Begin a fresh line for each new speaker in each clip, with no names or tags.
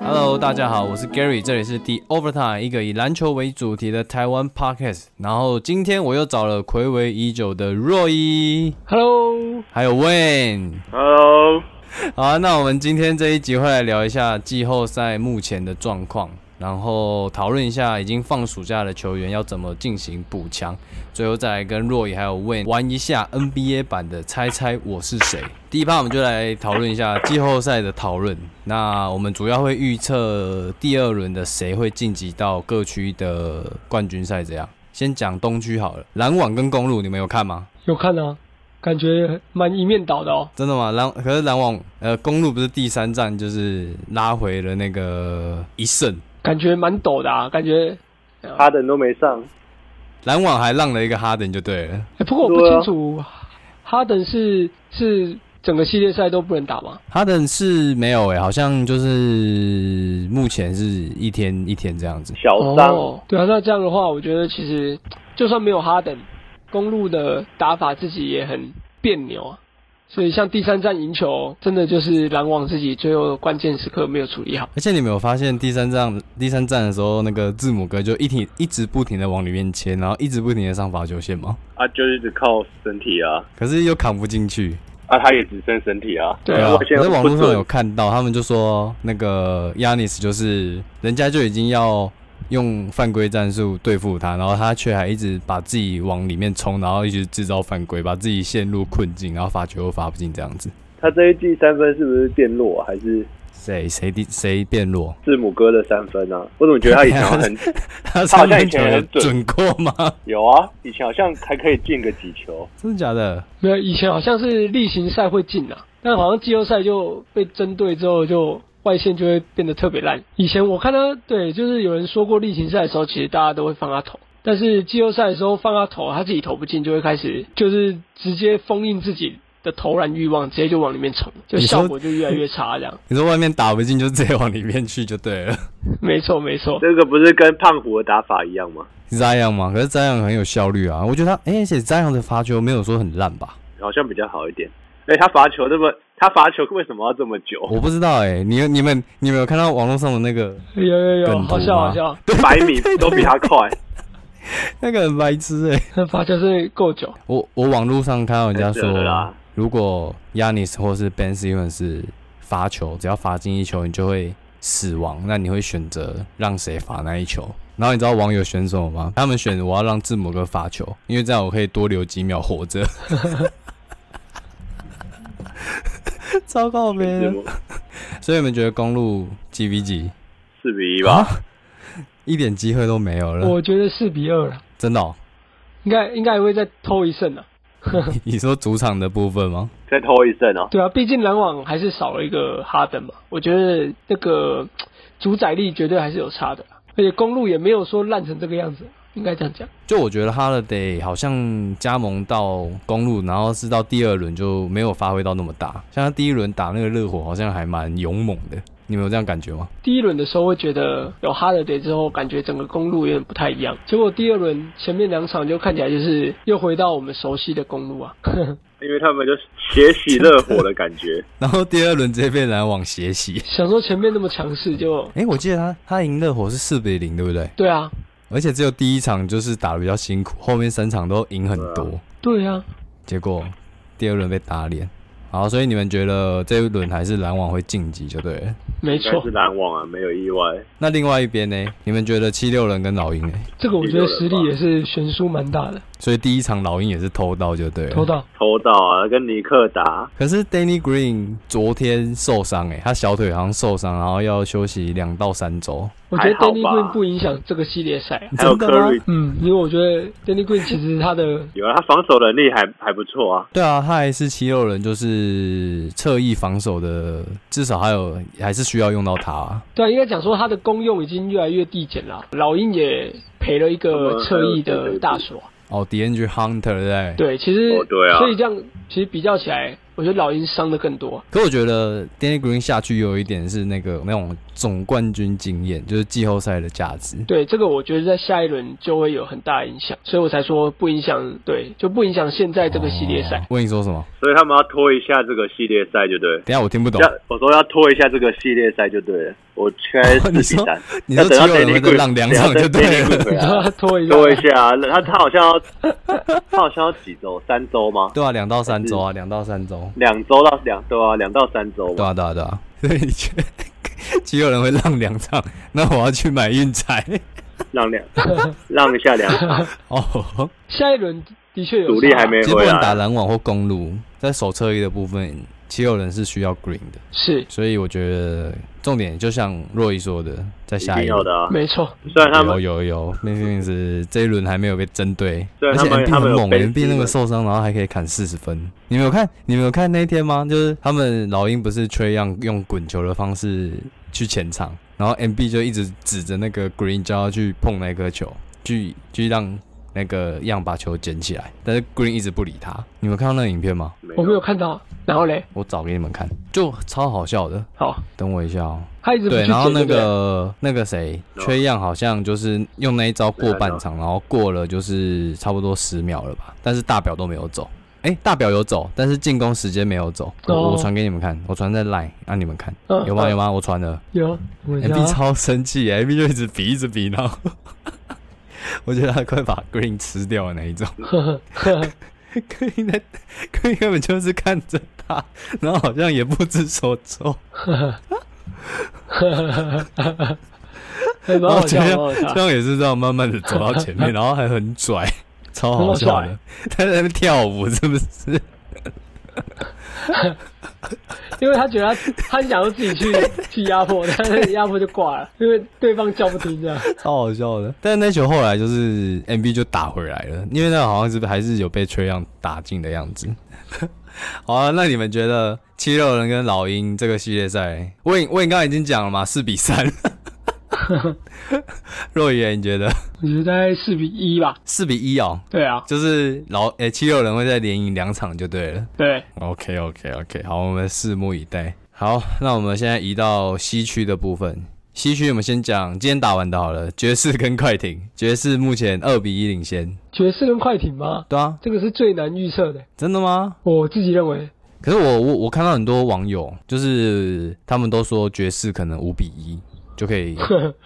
Hello，大家好，我是 Gary，这里是 The Overtime，一个以篮球为主题的台湾 Podcast。然后今天我又找了暌违已久的若一，
Hello，
还有 Wayne。
Hello，
好啊、那我们今天这一集会来聊一下季后赛目前的状况，然后讨论一下已经放暑假的球员要怎么进行补强，最后再来跟若雨还有 Wayne 玩一下 NBA 版的猜猜我是谁。第一趴我们就来讨论一下季后赛的讨论。那我们主要会预测第二轮的谁会晋级到各区的冠军赛，这样。先讲东区好了，篮网跟公路你们有看吗？
有看啊，感觉蛮一面倒的哦。
真的吗？篮可是篮网呃公路不是第三站就是拉回了那个呃一胜，
感觉蛮陡的啊，感觉。
哈登都没上，
篮网还让了一个哈登就对了，
哎、不过我不
对啊
清楚，哈登是是整个系列赛都不能打吗？
哈登是没有诶、欸好像就是目前是一天一天这样子。
小伤、
哦，对啊，那这样的话，我觉得其实就算没有哈登，公路的打法自己也很别扭啊。所以像第三站赢球，真的就是篮网自己最后关键时刻没有处理好。
而且你没有发现第三站第三站的时候，那个字母哥就一停一直不停的往里面切，然后一直不停的上罚球线嘛，
啊，就一直靠身体啊，
可是又扛不进去。
啊，他也只剩身体啊，
对
啊
啊，
我现
可
在
是网络
不
上
准
有看到，他们就说那个 Yanis 就是人家就已经要用犯规战术对付他，然后他却还一直把自己往里面冲，然后一直制造犯规，把自己陷入困境，然后罚球又罚不进这样子。
他这一季三分是不是变弱、啊，还是
谁谁第谁变 弱？
字母哥的三分啊？我怎么觉得他以前好像很
他
好
三
像
分
以
球
前
有
很准
准过吗？
有啊？以前好像还可以进个几球，
真的假的？
没有，以前好像是例行赛会进啊，但好像季后赛就被针对之后，就外线就会变得特别烂。以前我看他，对，就是有人说过例行赛的时候，其实大家都会放他投，但是季后赛的时候放他投，他自己投不进，就会开始就是直接封印自己的投篮欲望，直接就往里面冲，就
你说
效果就越来越差 这样。
你说外面打不进就直接往里面去就对了，
没错，没错。
这个不是跟胖虎的打法一样吗？
是这样吗？可是这样很有效率啊，我觉得他，哎、而且这样的罚球没有说很烂吧？
好像比较好一点。哎、他罚球那么，他罚球为什么要这么久？
我不知道哎、你你们你们有看到网络上的那个
有有有，
梗图
好笑
吗
好笑，
百 米都比他快，
那个很白痴哎、
那罚球是够久，
我我网络上看到人家
太扯了
说
啦，
如果 Yanis 或是 Ben Simmons 是罚球，只要罚进一球，你就会死亡。那你会选择让谁罚那一球？然后你知道网友选什么吗？他们选我要让字母哥罚球，因为这样我可以多留几秒活着。 糟糕，没
是
人。
吗？
所以你们觉得公路几比几？
四比一吧，
一点机会都没有了，
我觉得四比二了，
真的、哦？
应该应该还会再偷一胜啊。
你说主场的部分吗？
再偷一阵哦。
对啊，毕竟篮网还是少了一个哈登嘛，我觉得那个主宰力绝对还是有差的啦，而且公路也没有说烂成这个样子，应该这样讲。
就我觉得哈勒得好像加盟到公路，然后是到第二轮就没有发挥到那么大。像他第一轮打那个热火，好像还蛮勇猛的。你们有这样感觉吗？
第一轮的时候会觉得有哈德德之后，感觉整个公路有点不太一样。结果第二轮前面两场就看起来就是又回到我们熟悉的公路啊，
因为他们就血洗热火的感觉。
然后第二轮直接被篮网血洗。
想说前面那么强势就
诶，我记得他他赢热火是四比零，对不对？
对啊，
而且只有第一场就是打的比较辛苦，后面三场都赢很多，
对啊，
结果第二轮被打脸。好，所以你们觉得这一轮还是篮网会晋级就对了。
没
应该
错
是，篮网啊，没有意外。
那另外一边呢？你们觉得七六人跟老鹰呢？
这个我觉得实
第
力
六
也是悬殊蛮大的，
所以第一场老鹰也是偷到就对了。
偷到
偷到啊，跟尼克打，
可是 Danny Green 昨天受伤诶、他小腿好像受伤，然后要休息两到三周。
我觉得
还好
Danny
吧
Green 不影响这个系列赛啊。
还有
真的吗
Curry，
嗯，因为我觉得 Danny Green 其实他的
有啊，他防守能力还还不错啊。
对啊，他还是七六人，就是侧翼防守的，至少还有还是需要用到他、啊。
对啊，应该讲说他的功用已经越来越递减了。老鹰也赔了一个侧翼的大锁。
哦 d n g Hunter 对不对？
对，其实、
哦对啊
所以这样其实比较起来，我觉得老鹰伤的更多、
可我觉得 Danny Green 下去有一点是那个那种总冠军经验，就是季后赛的价值。
对，这个我觉得在下一轮就会有很大的影响，所以我才说不影响，对，就不影响现在这个系列赛。
哦我跟你说什么？
所以他们要拖一下这个系列赛，就对了。
等一下我听不懂。
要我说要拖一下这个系列赛就对了，我开 始
你
比
说
赛，
你
要
说
等到
七六人
Danny
会再
Green-
让两
等到
场就
Danny
对
Green
了，
回来
拖一下，
拖一下，他他好像要他好像要几周？三周吗？
对啊，两到三周啊，两到三周，
两周到两对啊，两到三周
对
吧。
啊，对啊，对啊。所以你觉得 七六人会让两场，那我要去买运彩
让两让一下 两场，
哦。
下一轮的确有
主力
差
还没
其实不
回
管打
来。
篮网或公路，在手侧翼的部分，七六人是需要 Green 的，
是
所以我觉得重点就像若依说的，在
一
下
定
一
要
轮。
的啊！
没错，
虽然他
有
们
有有，那定是这一轮还没有被针对，
对
而且
他们
M B
他们
很
有
猛
被
，M B 那个
对
受伤，然后还可以砍四十分。你们有看你们有看那一天吗？就是他们老鹰不是吹样用滚球的方式去前场，然后 M B 就一直指着那个 Green 就要去碰那颗球，去去让那个样把球捡起来，但是 Green 一直不理他。你们看到那个影片吗？
没
我没有看到。然后嘞，
我找给你们看，就超好笑的。
好，
等我一下哦。
他一直不去
对，
捡
然后那
对不对
个那个谁，
然后
缺样好像就是用那一招过半场，然后过了就是差不多十秒了吧，但是大表都没有走。哎、大表有走，但是进攻时间没有走。
哦
我我传给你们看，我传在 Line 让、你们看，
嗯
有吗？
嗯
有吗？我传了。
有，我
M
家
B 超生气，M 哎 B 就一直比一直比，然后我觉得他快把 Green 吃掉的那一 种。
呵呵呵 呵
Green 在 Green 根本就是看着他，然后好像也不知所措。
还蛮
然后
好
这
笑，蛮
样
好笑
这。样也是这样慢慢的走到前 面，然后还很拽，超好笑
很
的。他在那边跳舞是不是？
因为他觉得他他想要自己去 去压迫，但是压迫就挂了，因为对方叫不停这样。
超好笑的。但那球后来就是 MB 就打回来了，因为那好像是还是有被崔样打进的样子。 好啊，那你们觉得七六人跟老鹰这个系列赛，我已我已刚刚已经讲了嘛，四比 三。若言，你觉得
我觉得大概四比一吧。
四比一哦？
对啊，
就是老诶、七六人会再连赢两场就对了。
对，
OK OK OK，好，我们拭目以待。好，那我们现在移到西区的部分。西区我们先讲今天打完的好了，爵士跟快艇。爵士目前二比一领先。
爵士跟快艇吗？
对啊，
这个是最难预测的，
真的吗？
我自己认 为。
可是我我我看到很多网友，就是他们都说爵士可能五比一就可以，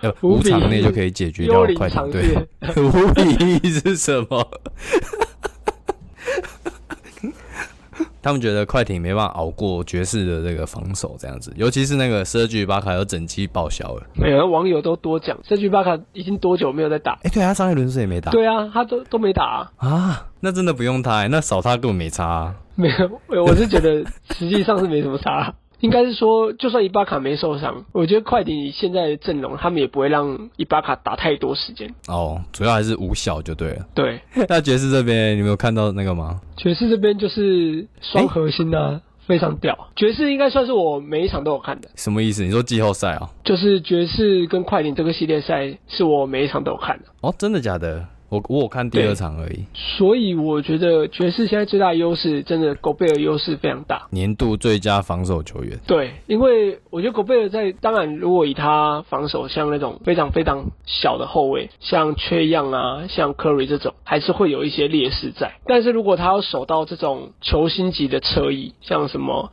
呃，
5
五
比1
场内就可以解决
幽
掉
灵
快
长
艇队。 五比一是什么？ 他们觉得快艇没办法熬过爵士的这个防守，这样子，尤其是那个 s e r g i 巴卡又整季报销了。
每个哎网友都多讲，这局巴卡已经多久没有在打？
哎、对啊，上一轮是不是也没打。
对啊，他都都没打、啊，
啊，那真的不用他、欸，那少他根本没差、啊。
没有。我我是觉得实际上是没什么差、应该是说，就算伊巴卡没受伤，我觉得快艇以现在的阵容，他们也不会让伊巴卡打太多时间。
哦，主要还是五小就对了。
对，
那爵士这边你没有看到那个吗？
爵士这边就是双核心啊，非常屌。爵士应该算是我每一场都有看的，
什么意思？你说季后赛啊？
就是爵士跟快艇这个系列赛是我每一场都有看的，
哦，真的假的？我我有看第
对
二场而已。
所以我觉得爵士现在最大的优势，真的狗贝尔优势非常大。
年度最佳防守球员。
对，因为我觉得狗贝尔在，当然如果以他防守像那种非常非常小的后卫，像缺样啊，像科瑞这种，还是会有一些劣势在。但是如果他要守到这种球星级的侧翼，像什么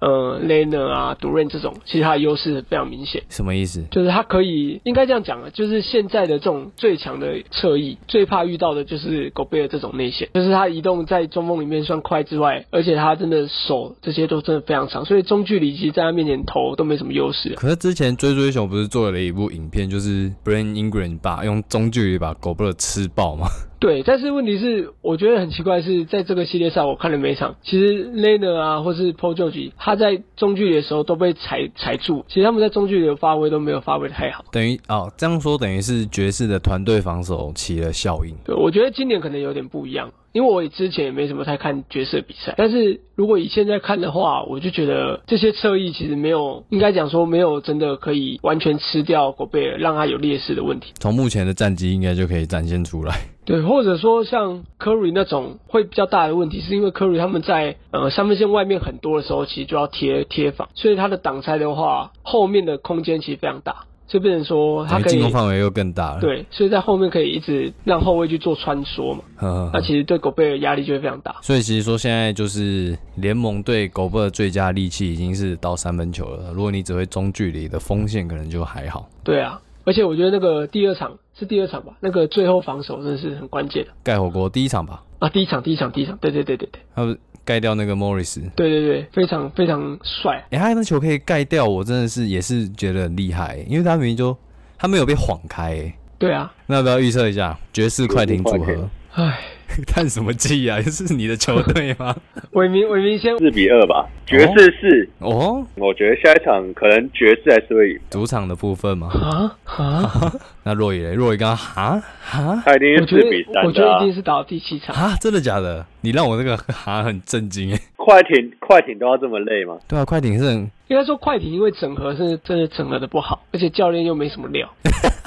呃 l e n e 啊、杜润这种，其实他的优势非常明显。
什么意思？
就是他可以，应该这样讲啊，就是现在的这种最强的侧翼，最怕遇到的就是狗贝尔这种内线，就是他移动在中锋里面算快之外，而且他真的手这些都真的非常长，所以中距离其实在他面前投都没什么优势啊。
可是之前追追熊不是做了一部影片，就是 Brain Ingram 把用中距离把狗贝尔吃爆吗？
对，但是问题是，我觉得很奇怪的是，在这个系列赛我看了每一场，其实 l e n a 啊，或是 p o j o g 他在中距离的时候都被踩踩住，其实他们在中距离的发挥都没有发挥的太好。
等于哦，这样说等于是爵士的团队防守起了效应。
对，我觉得今年可能有点不一样，因为我之前也没什么太看角色比赛，但是如果以现在看的话，我就觉得这些侧翼其实没有，应该讲说没有真的可以完全吃掉狗贝尔，让他有劣势的问题。
从目前的战绩应该就可以展现出来。
对，或者说像 Curry 那种会比较大的问题，是因为 Curry 他们在呃三分线外面很多的时候，其实就要贴贴防，所以他的挡拆的话，后面的空间其实非常大，就变成说他
等于
可
哎进
以
攻范围又更大了。，
对，所以在后面可以一直让后卫去做穿梭嘛，
呵呵呵
那其实对狗贝尔压力就会非常大。
所以其实说现在就是联盟对狗贝尔最佳利器已经是到三分球了。如果你只会中距离的锋线，可能就还好。
对啊，而且我觉得那个第二场是第二场吧，那个最后防守真的是很关键的
盖火锅第一场吧，
啊！第一场，第一场，第一场，对对对对对
他不是盖掉那个 Morris，
对对对，非常非常帅。
哎、他那球可以盖掉，我真的是也是觉得很厉害、因为他明明就他没有被晃开、欸。
对啊，
那要不要预测一下爵士快艇组合？
唉，
叹什么气啊？ 是你的球队吗？
伟明伟明先
四比二
哦
吧，爵士是，
哦，
我觉得下一场可能爵士还是会赢，
主场的部分嘛。
啊啊！
那若雨嘞？若雨刚刚哈哈
他一定
我
是
觉
四
得
比三
我觉得
的
一
啊。
定是打到第七场。
哈，真的假的？你让我那个哈很震惊哎。
快艇快艇都要这么累吗？
对啊，快艇是很
应该说快艇因为整合是真的整合的不好，而且教练又没什么 料。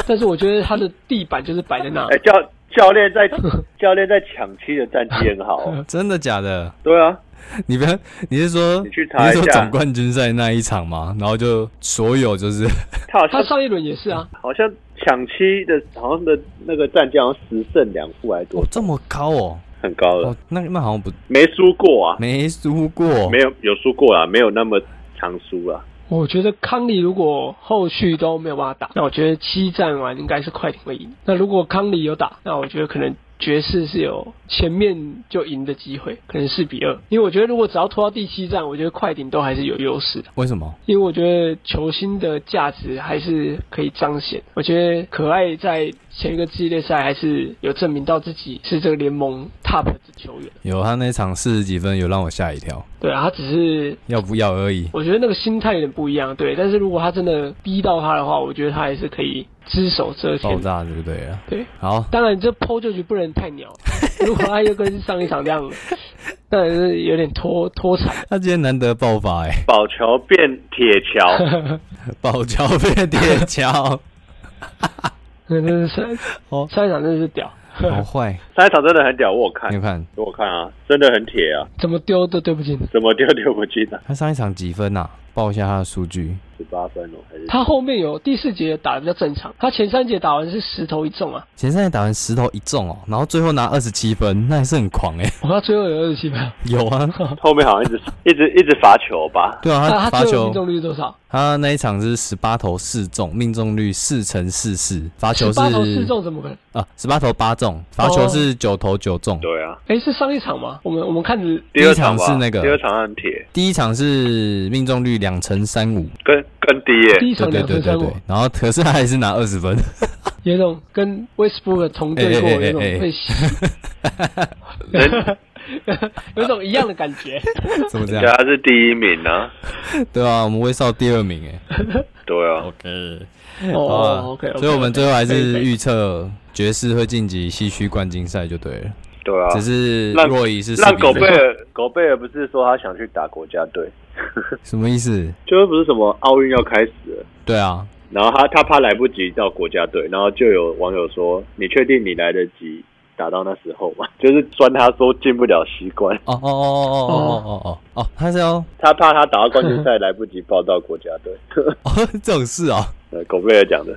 但是我觉得他的地板就是摆在那
哎、，教教练 在教练在抢七的战绩很好哦、
真的假的？
对啊，
你不要，你是说
你去查一
是
下
说总冠军赛那一场吗？然后就所有就是
他好
他
像
上一轮也是啊，
好像抢七的，好像的那个战绩好像十胜两负还是多
哦，这么高哦
很高了，
哦，那那好像不
没输过啊，
没输过，
没有有输过啊，没有那么常输啊。
我觉得康利如果后续都没有办法打，那我觉得七战完应该是快艇会赢。那如果康利有打，那我觉得可能爵士是有前面就赢的机会，可能四比二。因为我觉得如果只要拖到第七战，我觉得快艇都还是有优势的，
为什么？
因为我觉得球星的价值还是可以彰显。我觉得可爱在前一个系列赛还是有证明到自己是这个联盟 top 的球员。
有他那场四十几分，有让我吓一跳，
对啊，他只是
要不要而已。
我觉得那个心态有点不一样，对。但是如果他真的逼到他的话，我觉得他还是可以只手遮
爆
天。
炸对不对啊？
对，
好，
当然这剖就局不能太 鸟，如果他又跟上一场这样，那也是有点拖拖惨。
他今天难得爆发 哎、
宝桥变铁 桥，
宝桥变铁桥，
那真是上
哦
上一场真的是屌，
好坏，
上一场真的很屌，我有看
你，看
我有看啊，真的很铁啊，
怎么丢都丢不进。
怎么丢丢不进啊？
他上一场几分呐、啊？报一下他的数据，
十八分哦，还是
他后面有第四节打的比较正常，他前三节打完是十投一中啊，
前三也打完石头一中哦，然后最后拿二十七分，那还是很狂哎、
我到最后有二十七分，
有啊，
后面好像 一直一直一直罚球吧？
对啊，
那
他
他
罚
最后命
球，
中率是多少？
他那一场是十八投四中，命中率四成四四，罚球
十
是
八投四中怎么可能？
啊，十八投八中，罚球是九投九中。
对啊，
哎，是上一场吗？我们我们看着
第二场吧
是那个
第二场很铁，
第一场是命中率两成三五，
更更低耶、
第
对
一场
对
两
对
分
对
三五
对，，然后可是他还是拿二十分，
有一种跟威斯布鲁克同队过，有一种被洗，
哎
有一种一样的感 觉。
怎么这
人家
样？
是第一名啊，
对啊，我们威少第二名哎。
对啊，
OK，
哦，OK，
所以我们最后还是
预
预测爵士会晋级西区冠军赛就对了，
对啊，
只是
让
若以是
让
4比
狗
0
贝尔，狗贝尔不是说他想去打国家队，
什么意思？
就是不是什么奥运要开始了，
对啊，
然后他他怕来不及到国家队，然后就有网友说：“你确定你来得及打到那时候吗？” 就是酸他说进不了西冠，
哦哦哦哦哦哦哦哦哦，他是要
他怕他打到冠军赛来不及报到国家队。
哦 这种事啊。
呃狗贝尔讲的，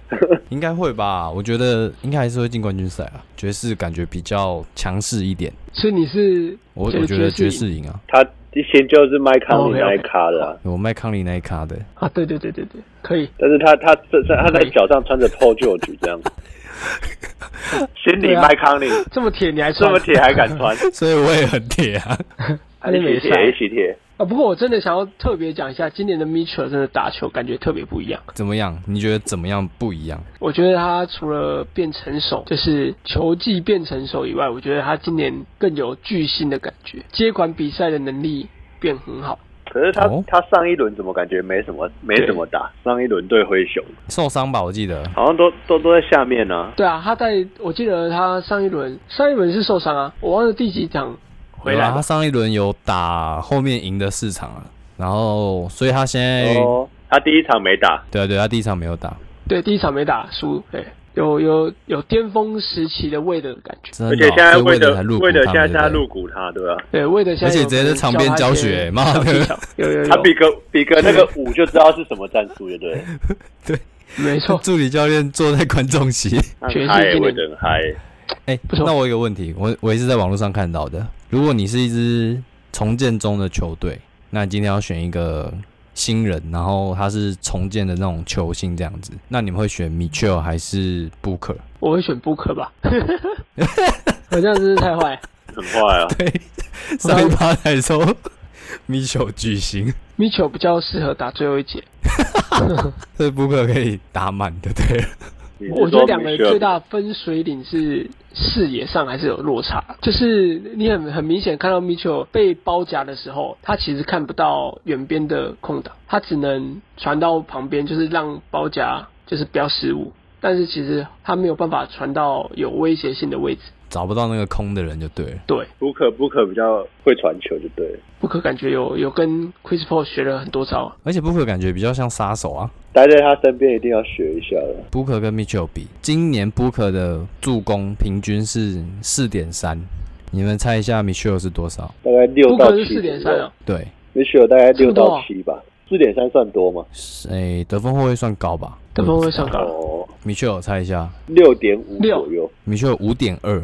应该会吧，我觉得应该还是会进冠军赛啊。爵士感觉比较强势一点，
所以你是
我我觉得爵士赢啊。
他一心就是麦康利
OK，OK
那一咖的、啊，
我麦康利那一咖的，
啊，对对对对对，可以。
但是他他这这他在脚上穿着 PO 旧举这样， 心里
对啊
麦康利
这么铁你还
这
穿
么铁还敢 穿，
所以我也很铁啊。
还是
一起
没
铁一
赛
起铁。
啊？不过我真的想要特别讲一下，今年的 Mitchell 真的打球感觉特别不一样。
怎么样？你觉得怎么样不一样？
我觉得他除了变成熟，就是球技变成熟以外，我觉得他今年更有巨星的感觉，接管比赛的能力变很好。
可是他、
哦
他上一轮怎么感觉没什么没怎么打？上一轮对灰熊
受伤吧，我记得。
好像都都都在下面呢、啊。
对啊，他在我记得他上一轮上一轮是受伤啊，我忘了第几场回
有
来
啊
了
他上一轮有打后面赢的四场啊，然后所以他现在、
哦，他第一场没打，
对啊对啊，他第一场没有打，
对，第一场没打输，对，有有有巅峰时期的魏的感觉，
真的、
而
哦。
且现在
所以为
魏德
了才入股
魏德
他
现
们
在是
对
在
不对
入股他，对吧、
对，魏的现
而
在
且
有
直接在
可能
场边
他一
教
些
学妈
小
的
技巧，有有
他
有，
比个比个那个五就知道是什么战术，对 不对？
没错，
助理教练坐在观众席。
全
很
世
嗨、
界
魏德很嗨、
哎、
不错
那我有一个问题，我我也是在网络上看到的。如果你是一支重建中的球队，那你今天要选一个新人，然后他是重建的那种球星这样子，那你们会选 Mitchell 还是 Booker？
我会选 b 克吧，我这样真是太坏。
很坏啊！
上一趴来说，Mitchell 巨星，
Mitchell 比较适合打最后一节，
这 Booker 可以打满的，对了。
你
我
是
觉得
说
两个人
Mitchell-
最大的分水岭是视野上还是有落差，就是你很很明显看到 Mitchell 被包夹的时候，他其实看不到远边的空档，他只能传到旁边，就是让包夹就是不要失误。但是其实他没有办法传到有威胁性的位置，
找不到那个空的人就对了。
对，
Booker Booker 比较会传球，就对了。
不可感觉有有跟 Chris Paul 学了很多招啊，
而且 Booker 感觉比较像杀手啊。
待在他身边一定要学一下的。
Booker 跟 Mitchell 比，今年 Booker 的助攻平均是四点三，你们猜一下 Mitchell 是多少？
大概六
不
到
可是
七
四点三啊，
对，
，Mitchell 大概
这
六
么多啊
到七吧，四点三算多吗？
是诶、得分后卫算高吧？
得分会上高。
哦，
Mitchell 猜一下
六点五
六
左右。
，Mitchell 五点二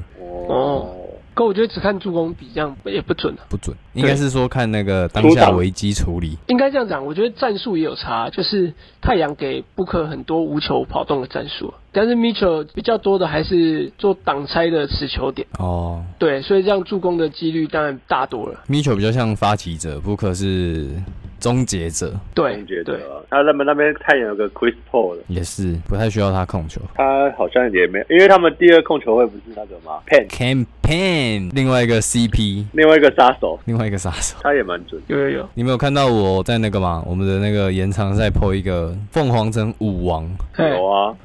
哦，
可我觉得只看助攻比这样也不准啊。
不准，应该是说看那个当
出
下
场
危机处理。
应该这样讲，我觉得战术也有差，就是太阳给布克很多无球跑动的战术，但是 Mitchell 比较多的还是做挡拆的持球点，
哦
对，所以这样助攻的几率当然大多了，
，Mitchell 比较像发起者，Booker 是终结者，
对
终结
对
者啊，他那边那边太阳有个 Chris Paul 的，
也是不太需要他控球。
他好像也没，因为他们第二控球会不是那个吗？Pen，
Campaign，另外一个 CP，
另外一个杀手，
另外一个杀手。
他也蛮准。
有有有，
你们有看到我在那个吗？我们的那个延长赛 PO 一个凤凰城舞王，
嘿，
有啊，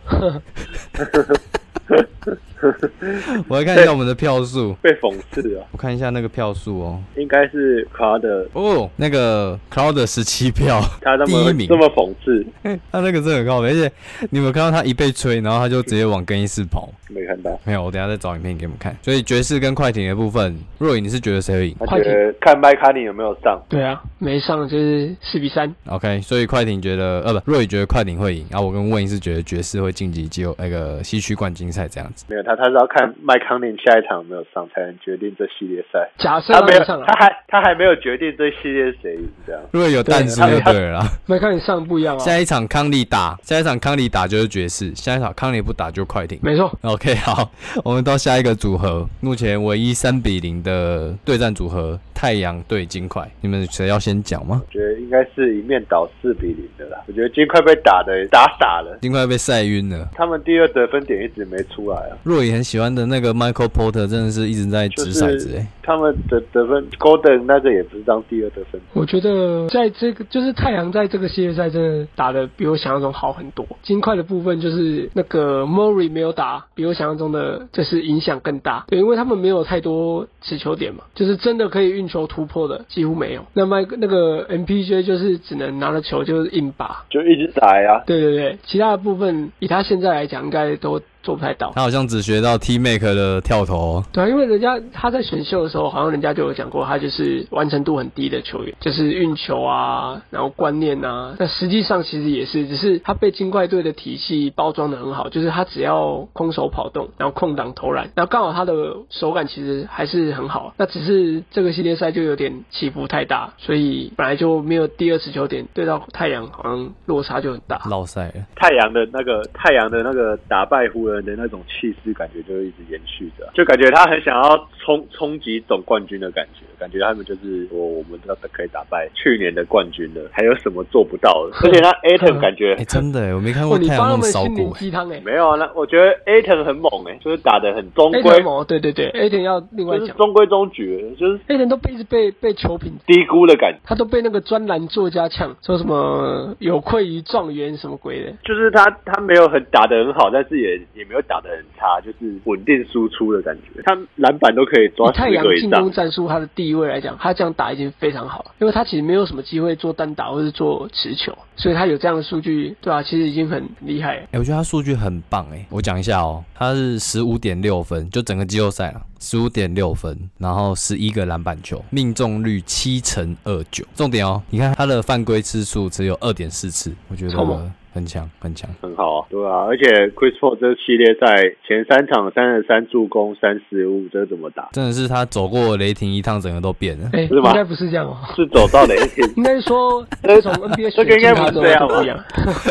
我来看一下我们的票数，
被讽刺啊，
我看一下那个票数哦。
应该是 Carter，
哦，那个 Cloud 十七票，
他那
第
么
一名
这，么讽刺，
他那个真的很高，而且你有没有看到他一被吹，然后他就直接往更衣室跑？
没看到。
没有，我等一下再找影片给你们看。所以爵士跟快艇的部分，若隐你是觉得谁会赢
他
快
觉
艇
得看麦卡尼有没有上，
对啊，没上就是四比三，
？OK，所以快艇觉得呃不，若隐觉得快艇会赢，然、啊后我跟魏颖是觉得爵士会晋级季后那个西区冠军赛这样子。
没有他，他是要看麦康宁下一场有没有上，才能决定这系列赛。
假设
他没有，
上
他
啊，
还他还没有决定这系列谁赢，这样
若隐有淡出就对了啦。
没看你上不一样啊，
下一场康利打，下一场康利打就是爵士，下一场康利不打就快艇。
没错，
OK，好， 我们到下一个组合，目前唯一三比零的对战组合，太阳对金块，你们谁要先讲吗？
我觉得应该是一面倒四比零的啦。我觉得金块被打的打傻了，
金块被晒晕了。
他们第二得分点一直没出来啊，
若也很喜欢的那个 Michael Porter 真的是一直在
就
掷骰子、
是
欸，
他们的得分 Golden 那个也不是当第二得分，
我觉得在这个就是太阳在这个系列赛真的打的比我想象中好很多。金块的部分就是那个 Murray 没有打，比我想象中的就是影响更大。对，因为他们没有太多持球点嘛，就是真的可以运球突破的几乎没有。那么那个 MPJ 就是只能拿了球就是硬拔。
就一直打呀、
对对对，其他的部分以他现在来讲，应该都做不太到。
他好像只学到 T Make 的跳投哦，
对啊，因为人家他在选秀的时候，好像人家就有讲过，他就是完成度很低的球员，就是运球啊，然后观念啊。那实际上其实也是，只是他被金块队的体系包装的很好，就是他只要空手跑动，然后空档投篮，然后刚好他的手感其实还是很好。那只是这个系列赛就有点起伏太大，所以本来就没有第二持球点，对到太阳好像落差就很大。
落赛了。
太阳的那个太阳的那个打败湖人人的那种气势感觉就一直延续着啊，就感觉他很想要冲冲击总冠军的感觉，感觉他们就是我我们要可以打败去年的冠军了，还有什么做不到 的？而且他 Atom 感 觉
哎、真的耶，我没看
哦，
过
你
太
帮
阳那
他
么
们
烧
心灵
过哎。
鸡汤哎
没有啊，那我觉得 Aton 很猛哎、就是打得很中
，A
规
点，哦，对对对，A 点要另外
就是
讲
中规中矩，就是
，A 点都被一直被被球评，
低估的感觉。
他都被那个专栏作家呛，说什么有愧于状元什么鬼的，
就是他他没有很打得很好，但是也也没有打得很差，就是稳定输出的感觉。他篮板都可以抓
以
十
太阳
个以
进
上
攻，战术他的地位来讲，他这样打已经非常好了，因为他其实没有什么机会做单打或是做持球，所以他有这样的数据，对啊，其实已经很厉害了。
哎、我觉得他数据很棒哎、我讲一下哦，他是十五点六分，就整个季后赛了，十五点六分，然后十一个篮板球，命中率七成二九。重点哦，你看他的犯规次数只有二点四次，我觉
超猛
得很强很强。
很好啊。对啊，而且 Chris Paul 这系列赛前三场三十三助攻三失误，这怎么打？
真的是他走过雷霆一趟，整个都变 了。
哎、
是吗
应该不是这样哦、
是走到雷霆
应该是说
这
从 NBA
这个应该不
选
是
进
这
来
样
之后就
吧
不一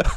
样。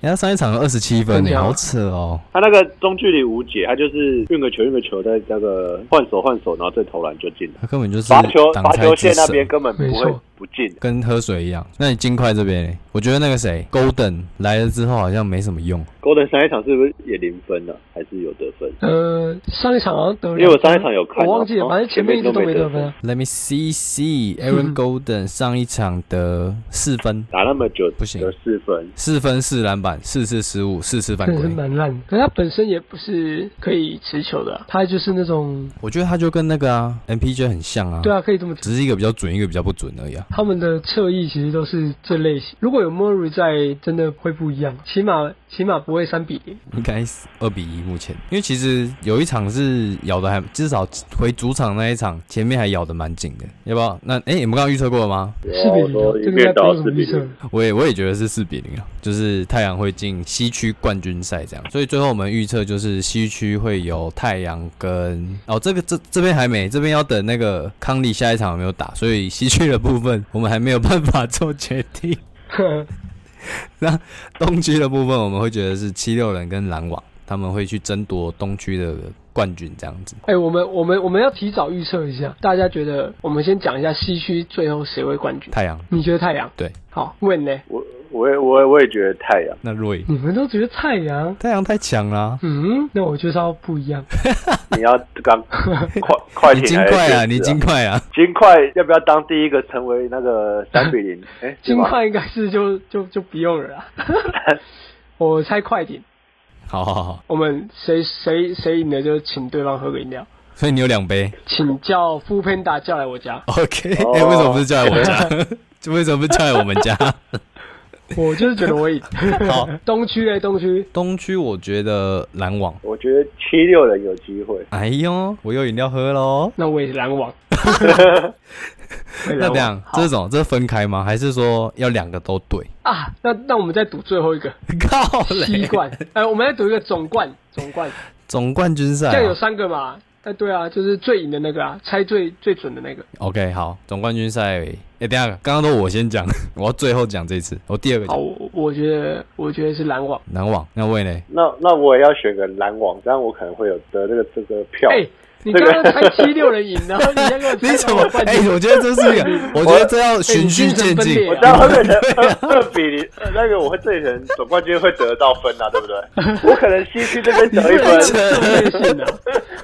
人家上一场二十七分、
很
欸，
强啊
好扯哦。
他那个中距离无解，他就是运个球运个球，在那个换手换手，然后再投篮就进了。
他根本就是
罚球
挡
罚
拆
球
之
线那
神
边根本不
没
会
错
不进。
跟喝水一样。那你金块这边嘞，我觉得那个谁 Golden 来了之后好像没什么用。
Golden 上一场是不是也零分了、还是有得分？
呃，上一场好像得了两分，
因为我上一场有看啊
我忘记了，
哦
反正前面一直都没得分啊。
Let me see see Aaron Golden 上一场得四分，
打那么久
不行
得四分，
四分四篮板，四次失误，四次犯
真的是
规。
蛮烂的，可是他本身也不是可以持球的啊、他就是那种
我觉得他就跟那个啊 MPJ 很像啊，
对啊，可以这么讲。
只是一个比较准，一个比较不准而已啊。
他们的侧翼其实都是这类型，如果有 Murray 在，真的会不一样，起码起码不会三比零。
应该是二比一目前，因为其实有一场是咬的还至少回主场那一场前面还咬的蛮紧的，要不要？那哎、你们刚刚预测过了吗？
有
四
啊
比零啊，
我说
这
一
个应该
面
不
倒
用
四比
预测
零
了。。
我也我也觉得是四比零啊，就是太阳会进西区冠军赛这样，所以最后我们预测就是西区会有太阳跟哦这个这这边还没，这边要等那个康利下一场有没有打，所以西区的部分我们还没有办法做决定。东区的部分我们会觉得是七六人跟篮网，他们会去争夺东区的冠军这样子。
哎、我们我们我们要提早预测一下，大家觉得我们先讲一下西区最后谁会冠军？
太阳
你觉得太阳？
对，
好问呢？
我我也我也我也觉得太阳，
那瑞
你们都觉得太阳？
太阳太强啦、
嗯，那我就是要不一样。
你要 刚快快
你
艇
金
来的
块
限
啊，
制
你金块啊，
金块要不要当第一个成为那个三比 零？哎，
金
是吗
块应该是就就就不用了啦。 我猜快艇，
好好好，
我们谁谁谁赢了就请对方喝个饮料，
所以你有两杯。
请叫 f o o Panda 叫来我家，
OK，哎、
哦
为什么不是叫来我 家？就为什么不是叫来我们家？
我就是觉得我赢。
好，
东区嘞，东区
东区我觉得篮网。
我觉得七六人有机会。
哎呦，我有饮料喝喽。
那我也是 篮网。我也
那这
篮网
样，这种这分开吗？还是说要两个都对？
啊，那那我们再赌最后一个
靠
西
嘞！
冠，哎、我们再赌一个总冠，总冠，
总冠军赛
这
啊、
样有三个嘛？哎，对啊，就是最赢的那个啊，猜最最准的那个。
OK，好，总冠军赛。哎、等一下，刚刚都我先讲， 我要最后讲这次，我第二个
好，
讲
我我觉得我觉得是篮网。
篮网。那位 呢？
那那我也要选个篮网，这样我可能会有得这个这个票。
哎、你刚刚猜七六人赢，然后你先给我
你
猜
怎
篮
么
网？冠
哎、
军，
我觉得这是一个，我觉得这要循序渐
哎你精神分
进
裂。
我这样会变成
啊
二二比零，呃那个我会这里人总冠军会得到分啊，对不对？我可能西区这边得一
这是
分，
正面性的，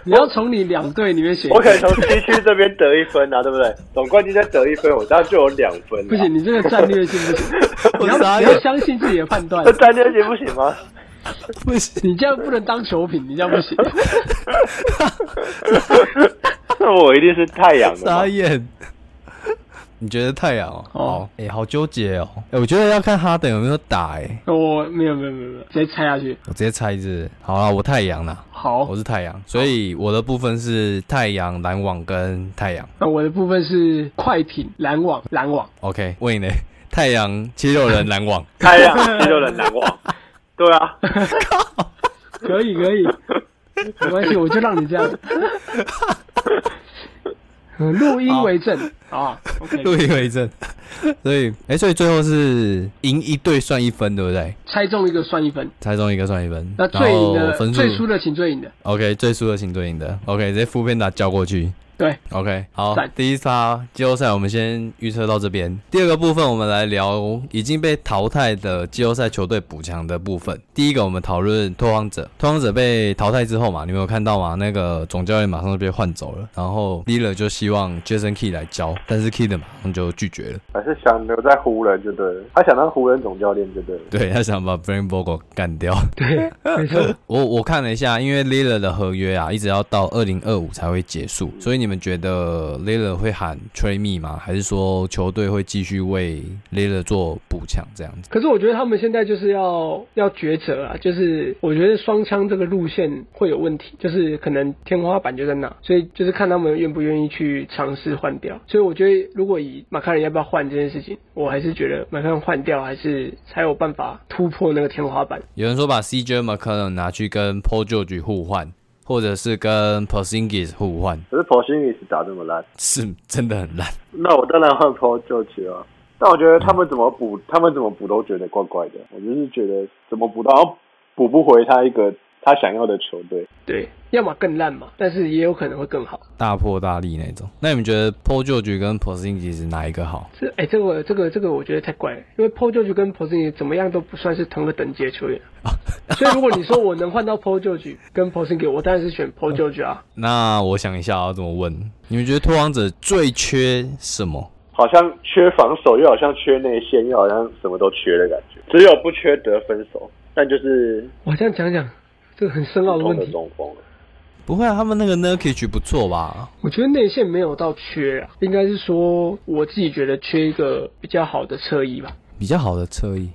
你要从你两队里面选一
我可
个。
能从西区这边得一分啊，对不对？总冠军再得一分，我这样就有两分了。
不行，你这个战略性不行，你
我
要
傻
你要
眼，
相信自己的判断
这。三天行不行吗？
不行，
你这样不能当球品，你这样不 行。
那 我一定是太阳的嘛
傻。眼。 你觉得太阳哦？
哦
好，哎、好纠结哦。哎、我觉得要看哈登有没有打、哎，
我没有没有没有没有，直接猜下去。
我直接猜是，好啊，我太阳啦，
好
我，是太阳，所以我的部分是太阳、篮网跟太阳。
那我的部分是快艇、篮网、篮网。
OK，问你呢？ 太阳、七六人、篮 网。
太阳肌肉人难 忘。对啊，
可以 可以，没关系，我就让你这样。呃录音为证啊，OK，
录音为证。 所以，哎、所以最后是赢一队算一分，对不对？
猜中一个算一分。
猜中一个算一分，
那
然
最赢
后
的、
分数
最输的请最赢的。
OK，最输的请对应的 OK，直接副片打交过去。
对
，OK，好
赞，
第一趴季后赛我们先预测到这边。第二个部分我们来聊已经被淘汰的季后赛球队补强的部分。第一个我们讨论拓荒者，拓荒者被淘汰之后嘛，你们有看到吗？那个总教练马上就被换走了，然后 l i l a 就希望 Jason Key 来教，但是 Key 的马上就拒绝了，
还是想留在湖人就对了，他想当湖人总教练就对了。
对他想把 Brian Bogle 干掉。
对，没错。
我我看了一下，因为 l i l a 的合约啊，一直要到二零二五才会结束，所以你们觉得 l i l a 会喊 trade me 吗？还是说球队会继续为 l i l a 做补强这样子？
可是我觉得他们现在就是要要抉择啊，就是我觉得双枪这个路线会有问题，就是可能天花板就在那，所以就是看他们愿不愿意去尝试换掉。所以我觉得如果以马卡人要不要换这件事情，我还是觉得马卡人换掉还是才有办法突破那个天花板。
有人说把 CJ McCollum 拿去跟 Paul George 互换，或者是跟 Porzingis 互换，
可是 p o r s i n g i s 打这么烂，
是真的很烂。
那我当然换 Paul George 啊。但我觉得他们怎么补，他们怎么补都觉得怪怪的。我就是觉得怎么补都好像补不回他一个他想要的球队。
对，要么更烂嘛，但是也有可能会更好。
大破大立那种，那你们觉得 Paul George 跟 Porzingis 哪一个好？
这哎、这个这个这个我觉得太怪了，因为 Paul George 跟 p o z i n g i 怎么样都不算是同个等级的球员，所以如果你说我能换到 Paul George 跟 p o z i n g i 我当然是选 Paul George 啊。
那我想一下要怎么问。你们觉得拓荒者最缺什么？
好像缺防守，又好像缺内线，又好像什么都缺的感觉，只有不缺得分手，但就是
我这样讲讲，这个很深奥
普
的
通
问
的
题。
中锋了。
不会啊，他们那个 Nurkic 不错吧？
我觉得内线没有到缺啊，应该是说我自己觉得缺一个比较好的侧翼吧，
比较好的侧翼。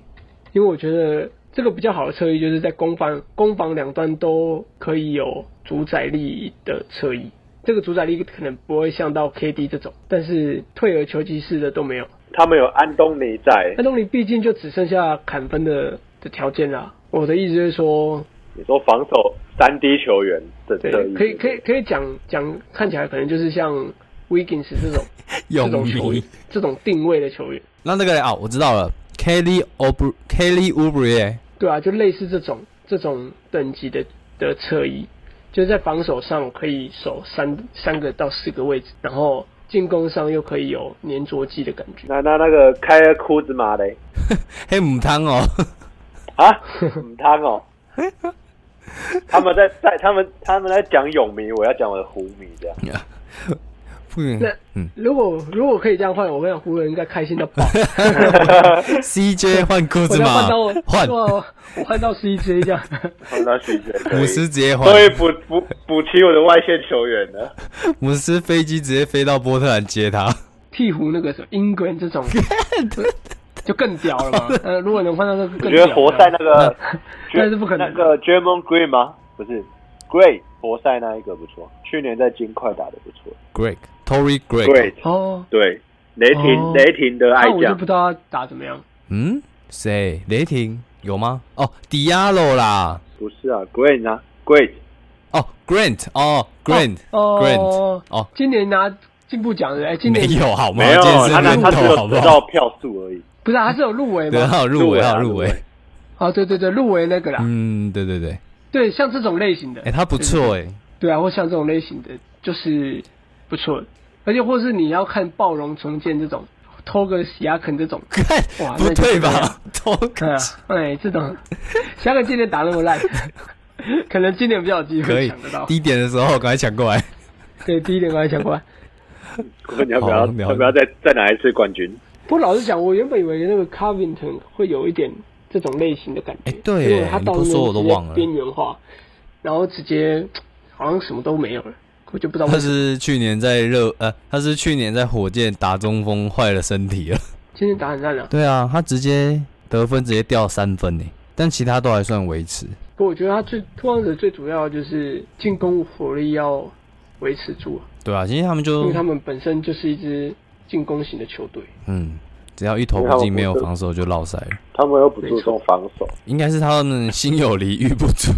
因为我觉得这个比较好的侧翼就是在攻防攻防两端都可以有主宰力的侧翼。这个主宰力可能不会像到 KD 这种，但是退而求其次的都没有。
他们有安东尼在
那，东尼毕竟就只剩下砍分的的条件啦。我的意思就是说，
你说防守三 D 球员的
对
侧翼，，
可以可以可以讲讲，看起来可能就是像 Wiggins 这种这种球员，这种定位的球员，
那那个啊，我知道了，Kelly o b Kelly u b r e
对啊，就类似这种这种等级的的侧翼，就是在防守上可以守三三个到四个位置，然后进攻上又可以有粘着剂的感觉。
那那那个开尔库兹马嘞
黑母汤哦，
啊，唔汤哦。他们在在他们他们在讲泳迷，我要讲我的湖迷这样。
不能
那
嗯
如果如果可以这样换，我跟你讲，湖人应该开心到 爆。
，CJ 换裤
我
子
要换
嘛
到我，
换
对啊我换到 CJ 这样。
好那许杰可以
姆斯直接换
所，以补补补齐我的外线球员呢。
姆斯飞机直接飞到波特兰接他。
鹈鹕那个什么 England 这 种，就更屌了嘛。呃，如果能换到那个
我
更
觉
屌
得
了，
活塞 那个，
那是不可能
那个 j a m o n Green 吗？不是，Gray 活塞那一个不错，去年在金块打的不错。
Greg Tory Greg，
Great，
哦，
对，雷霆、
哦
雷霆的爱
那我就
将
不，知道他打怎么样。
嗯，谁？雷霆有吗？哦，Diallo 啦，
不是啊，Green 啊，Great，
哦，Grant 哦，Grant
哦
Grant 哦，
今年拿进步奖的，哎，今
没
年
有好吗？
没有，
今天是
他那他只
运动好
有
不
得
好
到？票数而已。
不是啊，他是有入围
对，
吗？
他有入围，
入围啊
他有入
入
围
围。
哦，对对对，入围那个啦。
嗯，对对对，
对，像这种类型的
哎，，他不错哎，
对啊，或像这种类型的，就是不错的。而且或是你要看暴龙重建这种，偷个洗牙肯这种，哇
看不
啊那就
对
这
吧
样？
都
对啊，哎，这种，香港今年打那 么烂，可能今年比较有机
可
会
以
抢得到。
低点的时候赶快抢过来。
对，第一点我还想过来。
你要不
好
要
了解
要不要再再拿一次冠军？
不过老实讲，我原本以为那个 Covington 会有一点这种类型的感觉，
哎对
结果他到
你不
那
说我
边
都
直接
忘了
边缘化，然后直接好像什么都没有了，我就不知道为
他
什么。
是去年在热呃，他是去年在火箭打中锋坏了身体了。
今天打很烂了，
对啊，他直接得分直接掉三分呢，但其他都还算维持。
不过我觉得他最拓荒者最主要的就是进攻火力要维持住，
对啊，其实他们
因
就
为他们本身就是一支进攻型的球队。
嗯，只要一投不进没有防守就落塞了。
他们又不
注重
防守，
应该是他们心有余力不 足。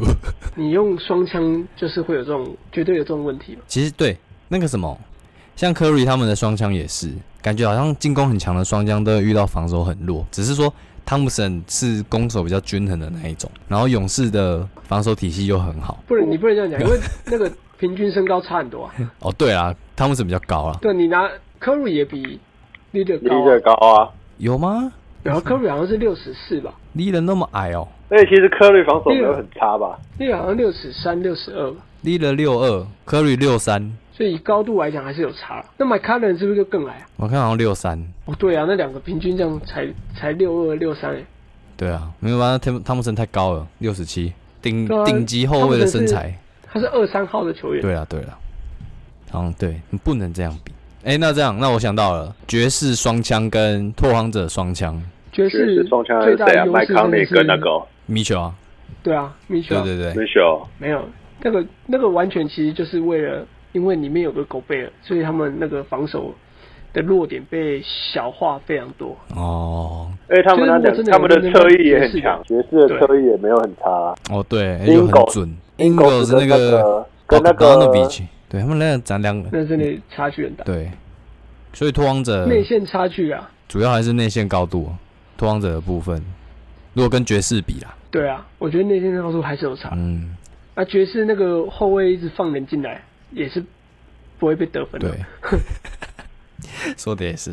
你用双枪就是会有这种，绝对有这种问题嘛。
其实对那个什么，像科瑞他们的双枪也是，感觉好像进攻很强的双江都有遇到防守很弱，只是说汤普森是攻守比较均衡的那一种，然后勇士的防守体系又很好。
不能你不能这样讲，因为那个平均身高差 很多啊。
哦，对啊，汤普森比较高啊，
对你拿科瑞也比 l e a d e r
利
高啊、
率高啊。
有吗？
然后科瑞好像是六十四吧，
利人那么矮哦，
所以其实科瑞防守没有很差吧？
那个好像六十三、六十二吧，
利了六二，科瑞六三，
所以以高度来讲还是有差。那 m c c a l l u m 是不是就更矮啊？
我看好像六三。
哦，对啊，那两个平均这样才才六二六三哎，
对啊，没有办法，汤汤姆森太高了，六十七，顶
对啊
顶级后卫的身材。
他是二三号的球员。
对啊，对啊，嗯，对，你不能这样比。哎，那这样，那我想到了，爵士双枪跟拓荒者双枪，
爵
确
士
实，双枪还
最
是
大的
谁啊？
优
麦
势
康利
真的
跟那
是
个哦
米球啊，
对啊，米切
对
尔
对对，
Mitchell，
没有那个那个完全其实就是为了，因为里面有个狗贝尔，所以他们那个防守的弱点被小化非常多。
哦
因为他们那两
就是如果真的有
他们的侧翼也很强，爵士的
对
侧翼也没有很差。
哦对，诶就很
Ingles-
准。
Ingles
那个
跟那个
n o v i c 对他们那长两个，
那真的差距很大，
对，所以拓荒者
内线差距啊，
主要还是内线高度，啊拓荒者的部分，如果跟爵士比啦，
对啊，我觉得内线的高度还是有差。
嗯，
啊，爵士那个后卫一直放人进来，也是不会被得分的。
对， 说的也是。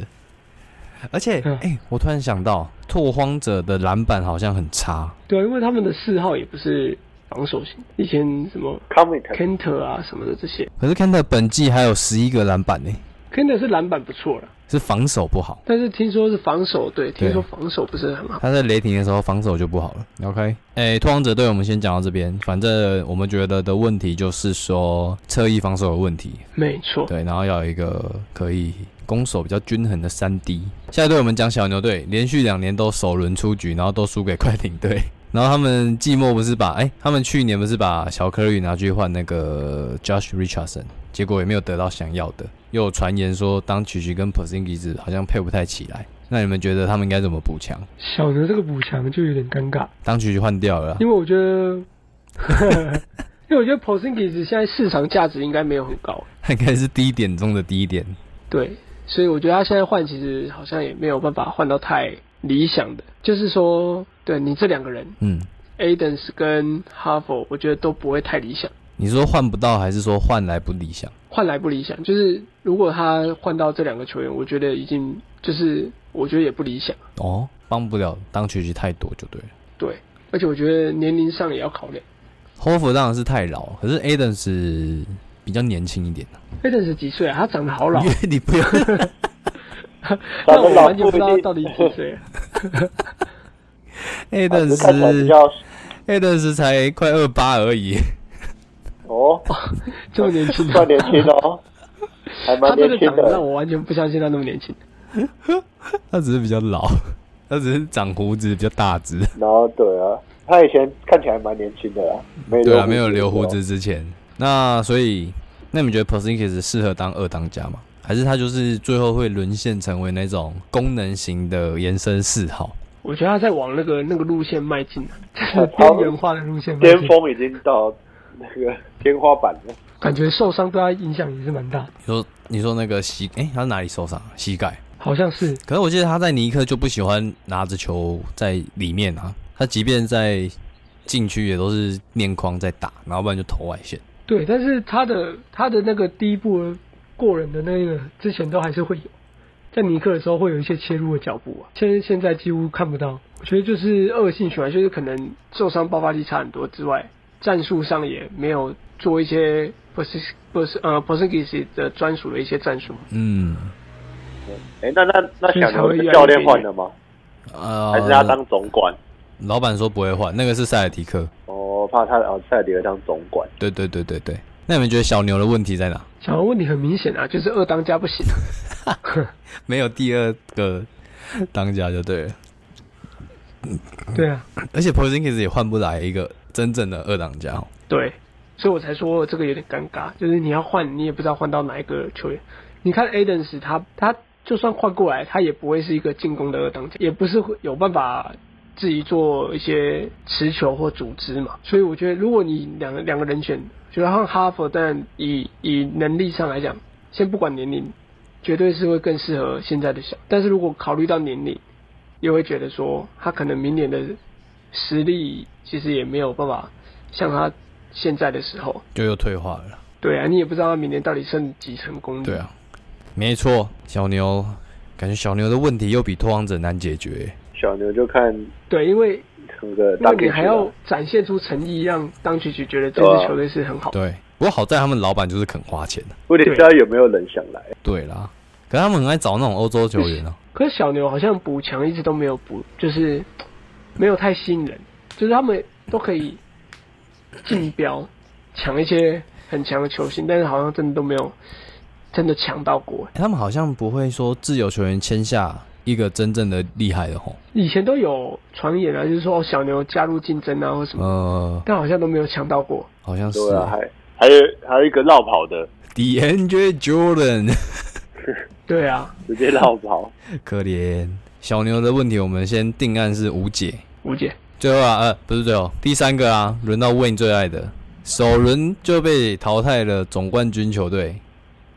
而且，哎、
嗯
我突然想到，拓荒者的篮板好像很差，
对啊，因为他们的四号也不是防守型，以前什么
c o m i t
Kenter 啊什么的这些
可是看到本季还有十一个篮板呢、
，Kenter 是篮板不错了，
是防守不好。
但是听说是防守，对，听
对
说防守不是很好。
他在雷霆的时候防守就不好了。OK，哎、拓荒者队我们先讲到这边，反正我们觉得的问题就是说侧翼防守有问题，
没错，
对，然后要有一个可以攻守比较均衡的三 D。下一队我们讲小牛队，连续两年都首轮出局，然后都输给快艇队。然后他们季末不是把哎、他们去年不是把小科瑞拿去换那个 Josh Richardson，结果也没有得到想要的，又有传言说当曲曲跟 p o s i n g i s 好像配不太起来。那你们觉得他们应该怎么补强？
小牛这个补强就有点尴尬，
当曲曲换掉了啦，啊
因为我 觉得， 因为我觉得 p o s i n g i s 现在市场价值应该没有很高，
他应该是低点中的低点。
对，所以我觉得他现在换其实好像也没有办法换到太理想的，就是说，对你这两个人
嗯，
Adams 跟 Harvey，我觉得都不会太理想，
你是说换不到，还是说换来不理想？
换来不理想。就是如果他换到这两个球员，我觉得已经就是我觉得也不理想，
哦，帮不了当曲曲太多就对了。
对，而且我觉得年龄上也要考量。
霍福当然是太老，可是 Aden 是比较年轻一点的、
Adams 几岁啊？他长得好老
因，为你不 要
那我完全不知道他到底几岁啊。
Aden
看起来比
是
较
Aden 是才快二八而已，
哦，
这么年轻
算年轻哦，还
他
蛮
这
年
个
轻
长得让
的。
我完全不相信他那么年轻。
他只是比较老，他只是长胡子比较大只。
然后对啊，他以前看起来蛮年轻的啦，没
对啊，
胡
没有留胡
的时候。
子之前，那所以那你觉得 p o s i n k i s 适合当二当家吗？还是他就是最后会沦陷成为那种功能型的延伸四号？
我觉得他在往那个那个路线迈进 啊，就是
他
边缘化的路 线迈
巅
进，
峰已经到那个天花板了，
感觉受伤对他影响也是蛮大的，
你说你说那个膝，哎、他哪里受伤？膝盖。
好像是
可是我记得他在尼克就不喜欢拿着球在里面啊，他即便在禁区也都是面框在打，然后不然就投外线。
对，但是他的他的那个第一步过人的那个之前都还是会有，在尼克的时候会有一些切入的脚步啊，现现在几乎看不到。我觉得就是恶性循环，就是可能受伤爆发力差很多之外，战术上也没有做一些不是不是呃 p o s i n g i 的专属的一些战术。
嗯，
哎，那那那
所以
小
才
牛
会越来
是
越
教练换了吗？还是他
呃，
当总管？
老板说不会换，那个是塞尔提克。
哦，怕他哦，塞迪尔当总管。
对对对对对。那你们觉得小牛的问题在哪？
小王问题很明显啊，就是二当家不行啊，
没有第二个 当家就对了，
对啊，
而且 p o s i n k i s 也换不来一个真正的二当家哦。
对，所以我才说这个有点尴尬，就是你要换，你也不知道换到哪一个球员。你看 Adams，他他就算换过来，他也不会是一个进攻的二当家，也不是会有办法自己做一些持球或组织嘛。所以我觉得，如果你两个两个人选，觉得像哈佛，但以以能力上来讲，先不管年龄，绝对是会更适合现在的小。但是如果考虑到年龄，也会觉得说他可能明年的实力其实也没有办法像他现在的时候。
就又退化了。
对啊，你也不知道他明年到底剩几成功力。
对啊，没错，小牛感觉小牛的问题又比拓荒者难解决。
小牛就看
对，因为
那个
因
大
为
概
你还要展现出诚意，让当局局觉得这支球队是很好的。
啊对，不过好在他们老板就是肯花钱的。
问题是他有没有人想来？
对啦，可是他们很爱找那种欧洲球员 啊。
可是小牛好像补强一直都没有补，就是没有太吸引人，就是他们都可以竞标抢一些很强的球星，但是好像真的都没有真的抢到过。
欸他们好像不会说自由球员签下一个真正的厉害的吼。
以前都有传言啊，就是说哦小牛加入竞争啊或什么，
呃，
但好像都没有抢到过。
好像是
对啊，还还有还有一个绕跑的，
DeAndre Jordan，
对啊，
直接绕跑。
可怜小牛的问题，我们先定案是无解。
吴姐，
最后啊，呃，不是最后，第三个啊，轮到 Wayne 最爱的，首轮就被淘汰了总冠军球队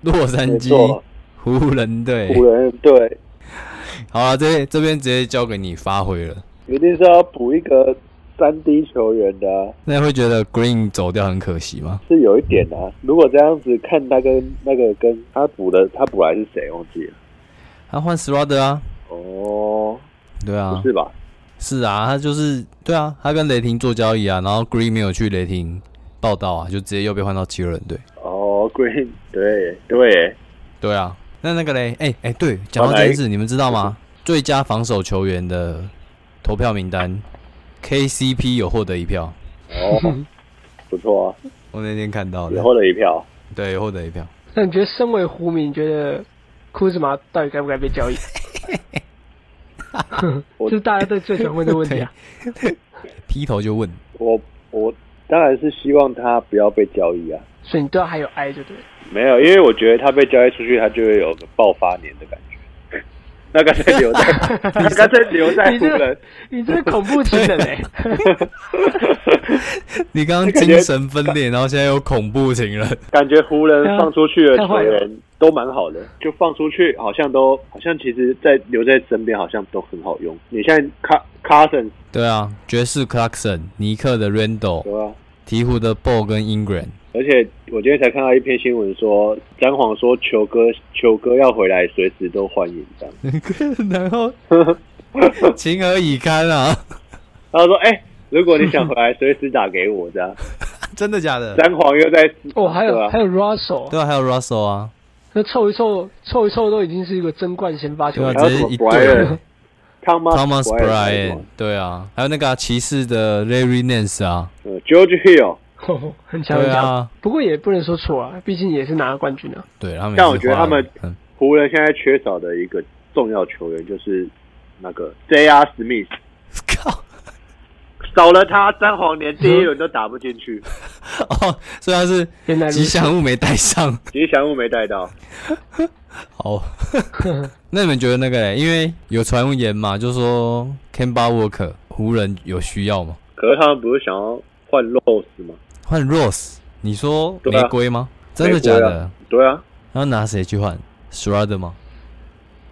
洛杉
没
矶
错，
湖人队。
湖人队
好啊，这这边直接交给你发挥了。
一定是要补一个三 D 球员的啊、
那会觉得 Green 走掉很可惜吗？
是有一点啊。如果这样子看他跟那个跟他补的，他补来是谁忘记了？
他换 Strada 啊，
哦，
对啊
不，是吧？
是啊，他就是对啊，他跟雷霆做交易啊，然后 Green 没有去雷霆报道啊，就直接又被换到七人队。
哦，Green，对对，
对啊，那那个嘞，哎、哎、对，讲到这件事，你们知道吗？最佳防守球员的投票名单，KCP 有获得一票，
哦，不错啊，啊
我那天看到
也
的，
获了一票。
对，有获得一票。
那你觉得身为湖民，你觉得库兹马到底该不该被交易？
我
就是大家对最常问的问 题啊。
劈头就问，
我我当然是希望他不要被交易啊。
所以你对他还有爱，就对了。
没有，因为我觉得他被交易出去，他就会有个爆发年的感觉。 那干脆留在，那干脆留在
你
湖
这
人
个。你这是恐怖情人 哎、
啊你刚刚精神分裂，然后现在有恐怖情人，
感觉湖人放出去的球
太坏
员都蛮好的，就放出去好像都好像其实在留在身边好像都很好用。你现在卡卡森
对啊，爵士 Clarkson、尼克的 Randall、
对吧、
鹈鹕的 Ball 跟 Ingram，
而且我今天才看到一篇新闻说，詹皇说球哥球哥要回来，随时都欢迎这样。
然 后情何以堪啊！
然后说，哎、如果你想回来，随时打给我这样。
真的假的？
詹 皇又在
哦，还有、
对啊
还有 Russell，
对啊，还有 Russell 啊，
那凑一凑凑一凑都已经是一个争冠先发球
对啊，
员。
还有
直
什
接
么
一
Bryant
对。
Thomas
Thomas
Bryant，
Bryant，对啊，还有那个啊、骑士的 Larry Nance 啊，
嗯，George Hill，
哦， 很强很
对
强、
啊，
不过也不能说错啊，毕竟也是拿了冠军啊。
对他们也是花了。
但我觉得他们
嗯
湖人现在缺少的一个重要球员就是那个 J.R. Smith。
靠
少了他，詹皇连第一轮都打不进去，
哦，虽然是
原来如
吉
此，
祥物没带上，
吉祥物没带到。
好。那你们觉得那个嘞？因为有传言嘛，就说 Kemba Walker 湖人有需要吗？
可是他们不是想要换 Rose 吗？
换 Rose，你说
对
玫
啊
瑰吗？真的
美国
假
呀
的？？
对啊，
然后拿谁去换 s h r a d e r 吗？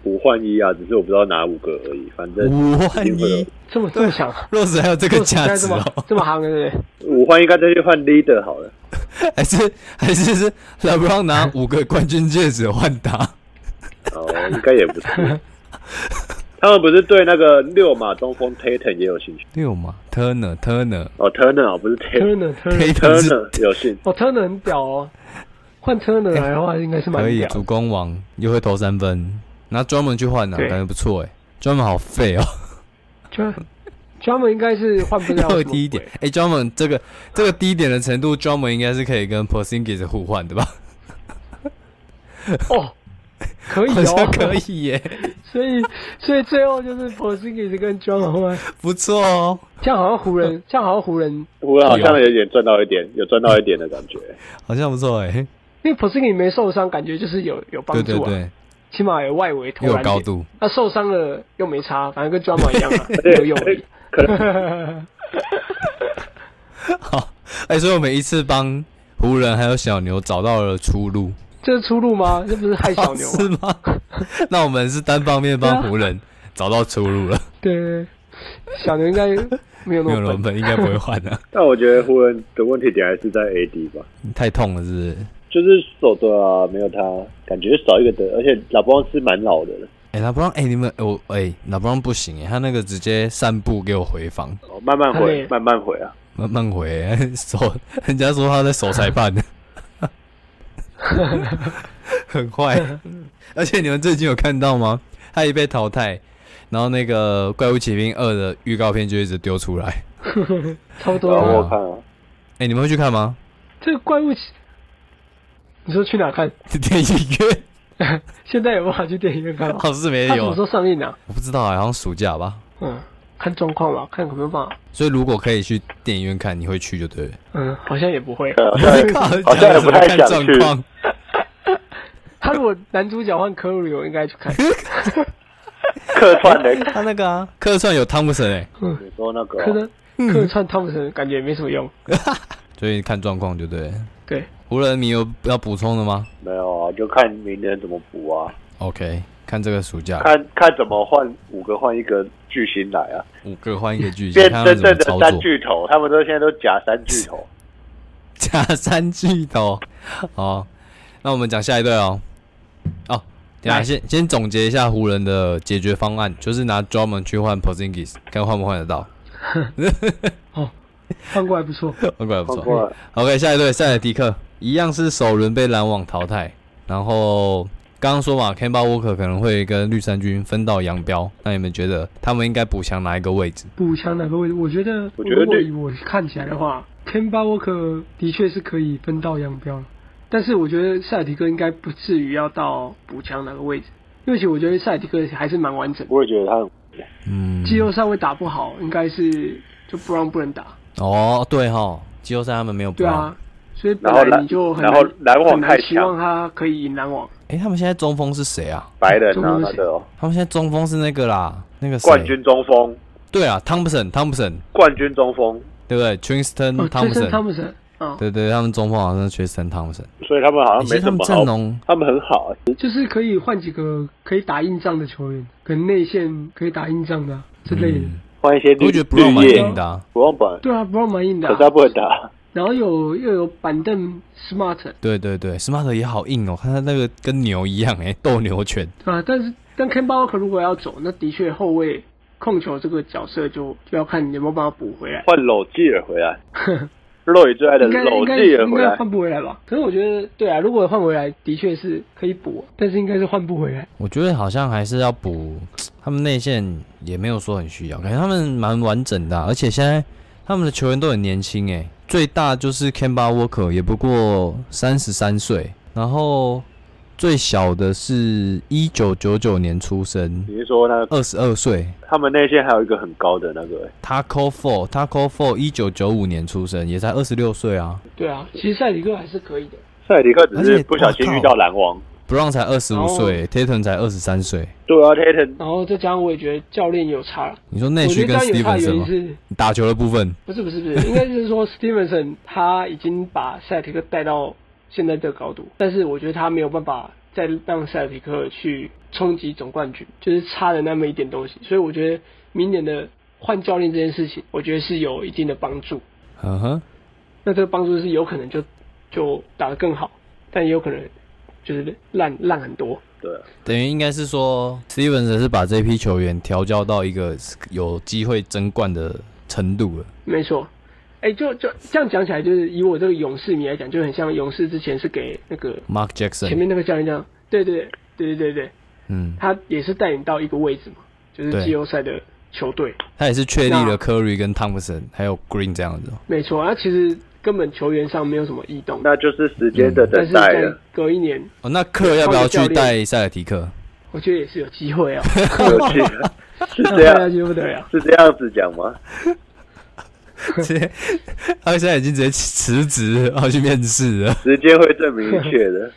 五换一啊，只是我不知道哪五个而已。反正
五万
一定会
一
有
这么这么强啊，
，Rose 还有这个
现
价
在
值
这么
哦？
这么行对不对？
五换一干脆去换 Leader 好了。
还是还是是 LeBron 拿五个冠军戒指换他？
哦，应该也不是。他们不是对那个六马中锋 Tatum 也有兴趣
六嘛，Turner Turner
哦，Turner 哦不是 Tatum。
Turner 嗯 Turner，
Tatum 是
Turner 有兴趣，
哦 Turner 很屌哦，换 Turner 来的话应该是蛮
哎可以啊
屌的
主。攻王，又会投三分，拿专门去换呢、
对
感觉不错哎、专门好废哦、
专专门应该是换不了
又
什么
低一点
鬼，
哎、专门这个这个低一点的程度，专门应该是可以跟 Porzingis 互换的吧？
哦，可以
好
哦
像，可。以耶、
所以所以最后就是 p o s i n g i s 跟 John 后来，
不错哦、
这样好像湖人，这样好像湖人，
湖人好像有点赚到一点，有赚到一点的感觉。
好像不错哎、
因为 p o s i n g i s 没受伤，感觉就是有有帮
对
助
对
啊，
对，
起码有外围投
又有
篮
高
点。
度，
他受伤了又没差，反正跟 John 一样啊，没有用而已。
可能
好，哎、所以我们一次帮湖人还有小牛找到了出路，
这是出路吗？这不是害小牛啊
是
吗？
吗？那我们是单方面帮湖人找到出路了，
对对，对小牛应该没有
没有
那
人
么笨。
本应该不会换的、啊，
但我觉得湖人的问题点还是在 AD 吧，
太痛了，是不是？
就是手的啊，没有他，感觉少一个的，而且老布朗是蛮老的了，
哎、拉布朗，哎、你们，我、哎，拉布朗不行哎，他那个直接散步给我回防，
哦慢慢
他
回
累，
慢慢回啊。
慢慢回、欸手，人家说他在守裁判， 很坏。而且你们最近有看到吗？他一被淘汰，然后那个《怪物骑兵二》的预告片就一直丢出来。
差不多
然
啊
后
了。
我看啊，
哎、你们会去看吗？
这个怪物起，你说去哪看？
电影 院
现在有办法去电影院看吗？
好像哎是没
它什么时
有，
候上映啊？
我不知道、哎，好像暑假吧。
嗯，看状况吧，看有没有办法。
所以如果可以去电影院看，你会去就 对了。
嗯，好像也不会。
好像好像也哦不太想去
看状。 况
他如果男主角换科鲁里，我应该 去看。
啊客串的，
他那个啊，客串有汤姆森哎，
你说那个
可
啊
能客串汤姆森感觉也没什么用。
所以看状况就对了。
对，
湖人迷有要补充的吗
没有啊？就看明年怎么补啊，
？OK，看这个暑假
看看怎么换五个换一个巨星来啊，
五个换一个巨星，
变
看他
真
们
正
怎
的
么操
三
作。
巨头，他们都现在都假三巨头。
加三巨头。好，那我们讲下一对哦。哦，等一下
来
先先总结一下湖人的解决方案，就是拿 Drummond 去换 Porzingis，看换不换得到。
换过来不错。
换过来不错。嗯
换过来，
OK，下一队塞尔迪克一样是首轮被篮网淘汰，然后刚刚说嘛 c a m b a Walker 可能会跟绿衫军分道扬镳，那你们觉得他们应该补强哪一个位置？
补强哪个位置？我觉得，
我觉得
如果
绿
以我看起来的话 k e m b a Walker 的确是可以分道扬镳了。但是我觉得塞尔迪克应该不至于要到补强哪个位置，因为其实我觉得塞尔迪克还是蛮完整的。
我也觉得他很
嗯，
季后赛会打不好，应该是就不让不能打，
哦，对哈，季后赛他们没有补
对
强
啊，，所以本
哦然后
来
篮
你就很
然后篮网
很难
太
期望
强
他可以赢篮网。
诶，他们现在中锋是谁啊？
白人啊，
中
那
锋是谁
个哦
他们现在中锋是那个啦，那个谁
冠。军中锋，
对啊，Thompson Thompson，
冠军中锋，
对不对？Tristan
哦，杰森
Thompson，
汤姆森，啊，
对对，他们中锋好像是 Tristan Thompson。
所以他们好像
其
没
实他
什
们
么
阵
好，
容
他们很好啊，
就是可以换几个可以打硬仗的球员，可能内线可以打硬仗的啊之类的。
嗯
换一些
我
绿
觉得不让蛮
绿叶
硬，的啊，
不用本，
对啊，不让蛮硬的
可
啊、
是他不能打，
然后有又有板凳 Smart，
对对对，Smart 也好硬哦，看他那个跟牛一样哎、 斗牛犬。
对啊，但是但 Ken b a l k 如果要走，那的确后卫控球这个角色就就要看你有没有办法补回来。
换搂基尔回 来，洛伊最爱的
应该
搂
应该
基尔
应
回
该
来，
换不回来吧？可是我觉得，对啊，如果换回来，的确是可以补，但是应该是换不回来。
我觉得好像还是要补，他们内线也没有说很需要，感觉他们蛮完整的啊、而且现在他们的球员都很年轻哎、最大就是 c a m b a Walker 也不过三十三岁，然后最小的是一九九九年出生，
你是说那
二十二岁。
他们内线还有一个很高的那个，
Taco Four Taco Four 一九九五年出生，也才二十六岁啊。
对啊，其实赛里克还是可以的。
塞迪克只
而
是
且
不小心
哇靠
遇到篮网，
Brown 才二十五
哦
岁，Tatum 才二十三岁。
对啊，Tatum
然后再加上我也觉得教练有差了，
你说
我
内需
觉得
跟
教练有差的
Stevenson
原因
吗？
是，
打球的部分，
不是不是不是，应该就是说 Stevenson 他已经把塞里克带到现在这个高度，但是我觉得他没有办法再让塞里克去冲击总冠军，就是差了那么一点东西，所以我觉得明年的换教练这件事情，我觉得是有一定的帮助。
嗯哼，
那这个帮助是有可能就就打得更好，但也有可能就是烂烂很多。
对啊，
等于应该是说 Stevenson 是把这批球员调教到一个有机会争冠的程度了。
没错，哎、就就这样讲起来，就是以我这个勇士迷来讲，就很像勇士之前是给那个
Mark
前
Jackson，
面那个教练这样，对对对对对对，
嗯，
他也是带你到一个位置嘛，就是
对
季后赛的球队，
他也是确立了
那
Curry 跟 Thompson 还有 Green 这样子哦。
没错。他其实根本球员上没有什么异动，
那就是时间的
但
等
是
待啊
在
了，
隔一年，
哦，那克要不要
换
去
个教练
带塞尔提克？
我觉得也是有机 会啊，啊
有趣，嗯啊是
那
这
看下
样
去就不得了。
是这样子讲吗？
直接，他现在已经直接辞职，然后去面试了。
时间会证明一切 的。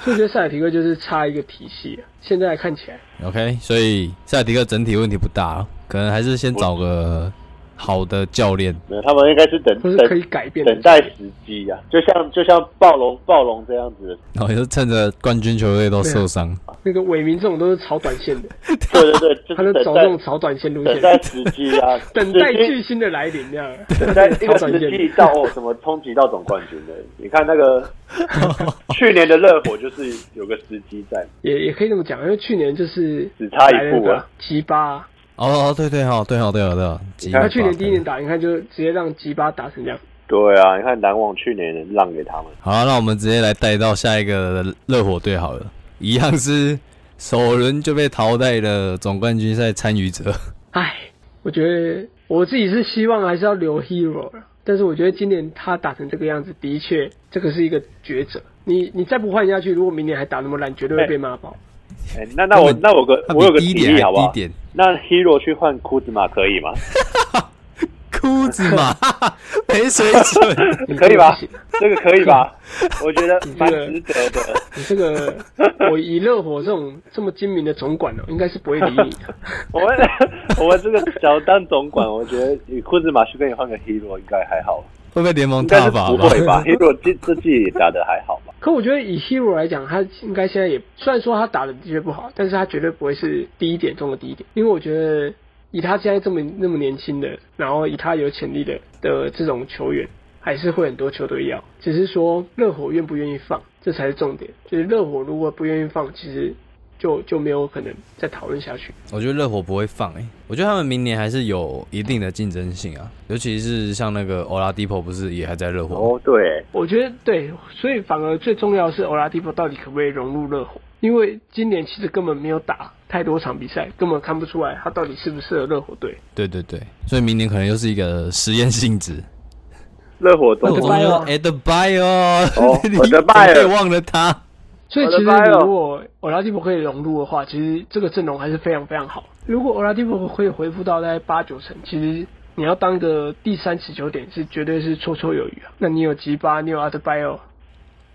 所以我觉得塞尔提克就是差一个体系、啊，现在看起来。
OK，所以塞尔迪克整体问题不大，可能还是先找个好的教练。
没有，他们应该是等
或是可以
等
改变的
等待时机啊，就像就像暴龙暴龙这样子的
然后也是趁着冠军球队都
啊
受伤，
那个伟民这种都是炒短线的，
对对 对，就
他就
是等
走这
待
种炒短线路
等
线，
待时机 啊，
等待
时机
巨星的来临这样。
等待一
超
个
短
时
线
机到哦，什么冲击到总冠军的？你看那 个去年的热火就是有个时机在，
也也可以这么讲，因为去年就是
只差一
来那
步
个
啊
吉巴，
哦，对对哦，对哦，对哦，对哦，吉
看
巴
他去年第一年打，你看就直接让吉巴打成这样。
对啊，你看篮网去年让给他们，
好啊，那我们直接来带到下一个热火队好了，一样是首轮就被淘汰的总冠军赛参与者。
唉，我觉得我自己是希望还是要留 Hero 啦但是我觉得今年他打成这个样子，的确这个是一个抉择。你你再不换下去，如果明年还打那么烂，绝对会被骂爆。
哎、那那我
他们
那我有个
他比
我有个
低
提
点
议
还
好不好
低？点，
那 Hero 去换库兹马可以 吗？
裤子嘛， 没水准。
你
可以吧
这个不行？
这个可以 吧？我觉得蛮
这个
值得的。
你这个，我以热火这种这么精明的总管哦、应该是不会理你 的。
我们我们这个小当总管，我觉得你库兹马去跟你换个 Hero 应该还好，
会被联盟
应该
大
是
法
不
吧？
会吧？Hero 这这季也打的还好吧？
可我觉得以 Hero 来讲，他应该现在也虽然说他打的的确不好，但是他绝对不会是第一点中的第一点，因为我觉得以他现在这么那么年轻的，然后以他有潜力的的这种球员，还是会很多球队要，只是说热火愿不愿意放，这才是重点。就是热火如果不愿意放，其实就就没有可能再讨论下去。
我觉得热火不会放诶、欸我觉得他们明年还是有一定的竞争性啊，尤其是像那个欧拉迪波，不是也还在热火吗？
哦，对，
我觉得对，所以反而最重要的是欧拉迪波到底可不可以融入热火，因为今年其实根本没有打太多场比赛，根本看不出来他到底适不适合热火队。
对对对，所以明年可能又是一个实验性质。
热火总
那我
共
中就
Adebayo
a d b i o
哦
你
我的
怎么可以
Bio
忘了他。
所以
好
其
的
实
拜哦
如果欧拉迪波可以融入的话，其实这个阵容还是非常非常好。如果欧拉迪波可以恢复到大概八九成，其实你要当个第三持球点是绝对是绰绰有余啊。那你有吉巴，你有阿德拜尔，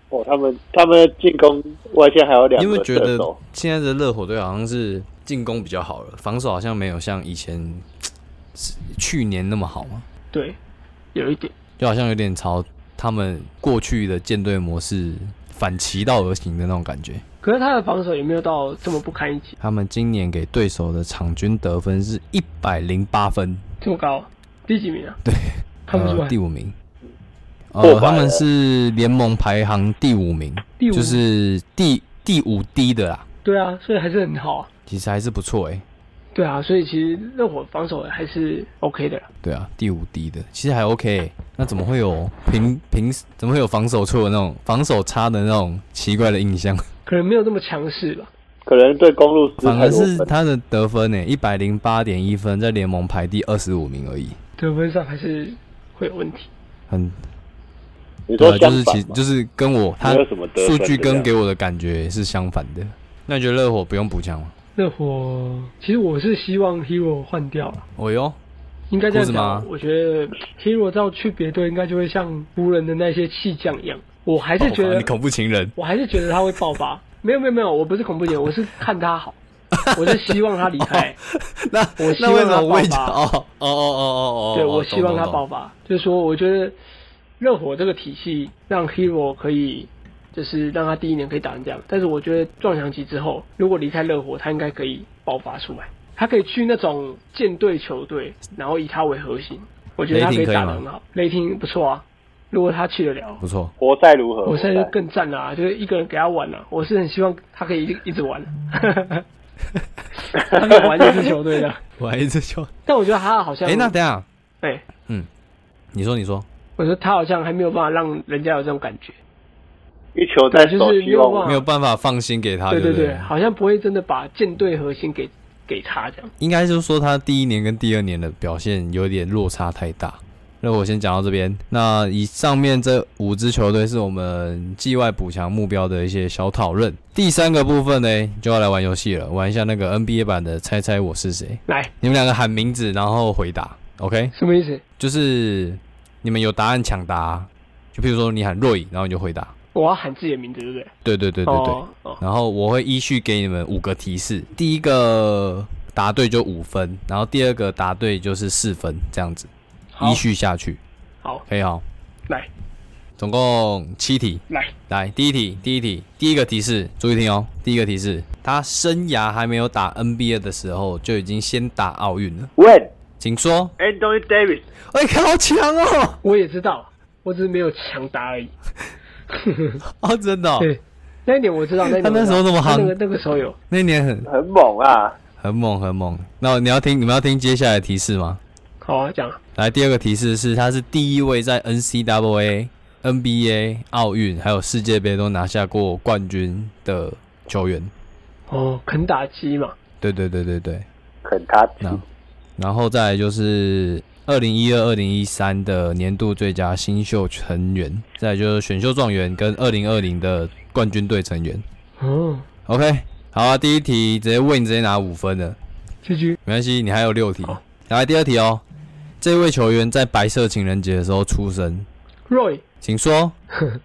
哦，他们他们的进攻外线还有两
因为
个
觉得
射手，
现在的热火队好像是进攻比较好了，防守好像没有像以前是去年那么好嘛，
对，有一点。
就好像有点朝他们过去的舰队模式反其道而行的那种感觉。
可是他的防守也没有到这么不堪一击，
他们今年给对手的场均得分是一百零八分，
这么高啊，第几名啊？
对，
看不出来
呃、第五名。
破
呃，
百
他们
了
是联盟排行第五名，
第五
就是第第五低的啦，
对啊，所以还是很好啊。
其实还是不错诶、欸
对啊，所以其实热火防守还是 OK 的啦。
对啊，第五低的，其实还 OK 欸、那怎么会有平平怎么会有防守错的那种防守差的那种奇怪的印象？
可能没有这么强势吧。
可能对公路斯
反
太
而
多
是
分。
他的得分呢、1一百欸零八点一分，在联盟排第二十五名而已，
得分上还是会有问题。
很
你
对
说
啊，
相
就是
反
其
嘛
就是跟我他
没有什么得分
数
的
据
这
跟
样
给我的感觉是相反的。那你觉得热火不用补强吗？
热火其实我是希望 Hero 换掉了，
哦哟，
应该这样
库兹
讲。
马
我觉得 Hero 到去别队，应该就会像湖人的那些弃将一样。我还是觉
爆发
得
哦你，恐怖情 人，
我还是觉得他会爆发。没有没有没有，我不是恐怖点，我是看他好，我是希望他离
哦
开。
那
我希
那为什
望他
么魏
爆
强？
发
哦哦哦哦哦，
对，
哦
我
懂
希望
懂
他
懂
爆发。就是说，我觉得热火这个体系让 Hero 可以，就是让他第一年可以打成这样。但是我觉得撞墙期之后，如果离开热火，他应该可以爆发出来。他可以去那种舰队球队，然后以他为核心。我觉得他
雷霆
以
可以
打
吗
得很好。雷霆不错啊，如果他去得了，
不错。
活塞如何？
我现在
活
就更赞了、啊，就是一个人给他玩了、啊我是很希望他可以一直一直玩， 他可以玩这支球队的。
我还一直笑。
但我觉得他好像，
哎、那等一下，
哎、
你说你说，
我说他好像还没有办法让人家有这种感觉。
一球在
对就
手，
是
希望
没
没
有办
有办法放心给他，
对
啊对
对
不
对，好像不会真的把舰队核心给给他这样。
应该就是说他第一年跟第二年的表现有点落差太大。那我先讲到这边。那以上面这五支球队是我们季外补强目标的一些小讨论。第三个部分呢，就要来玩游戏了，玩一下那个 NBA 版的猜猜我是谁。
来，
你们两个喊名字，然后回答，OK？
什么意思？
就是你们有答案抢答，就比如说你喊若 o 然后你就回答。
我要喊自己的名字，对不对？
对对对对对。
哦哦，
然后我会依序给你们五个提示，第一个答对就五分，然后第二个答对就是四分，这样子。
好
依序下去，
好，
可以好。
来
总共七题，
来，
来第一题，第一题，第一个提示，注意听哦。第一个提示，他生涯还没有打 NBA 的时候，就已经先打奥运了。
When
请说。
Anthony Davis
哎、看好强哦！
我也知道，我只是没有强答而已。
哦，真的哦、
对，那一点我知道，那一点
他那时候
我知道
那么夯
他那个那个时候有，
那年很
很猛啊，
很猛很猛。那你要听，你们要听接下来的提示吗？
好啊，讲啊
来，第二个提示是，他是第一位在 NCAA、NBA、奥运还有世界杯都拿下过冠军的球员。
哦，肯打基嘛，
对对对对对。
肯塔基
那然后再来就是二零一二、二零一三的年度最佳新秀成员，再来就是选秀状元跟二零二零的冠军队成员。
哦
OK，好啊，第一题直接问，直接拿五分了。
居居
没关系，你还有六题
好。
来第二题哦，这位球员在白色情人节的时候出生，
Roy，
请说。，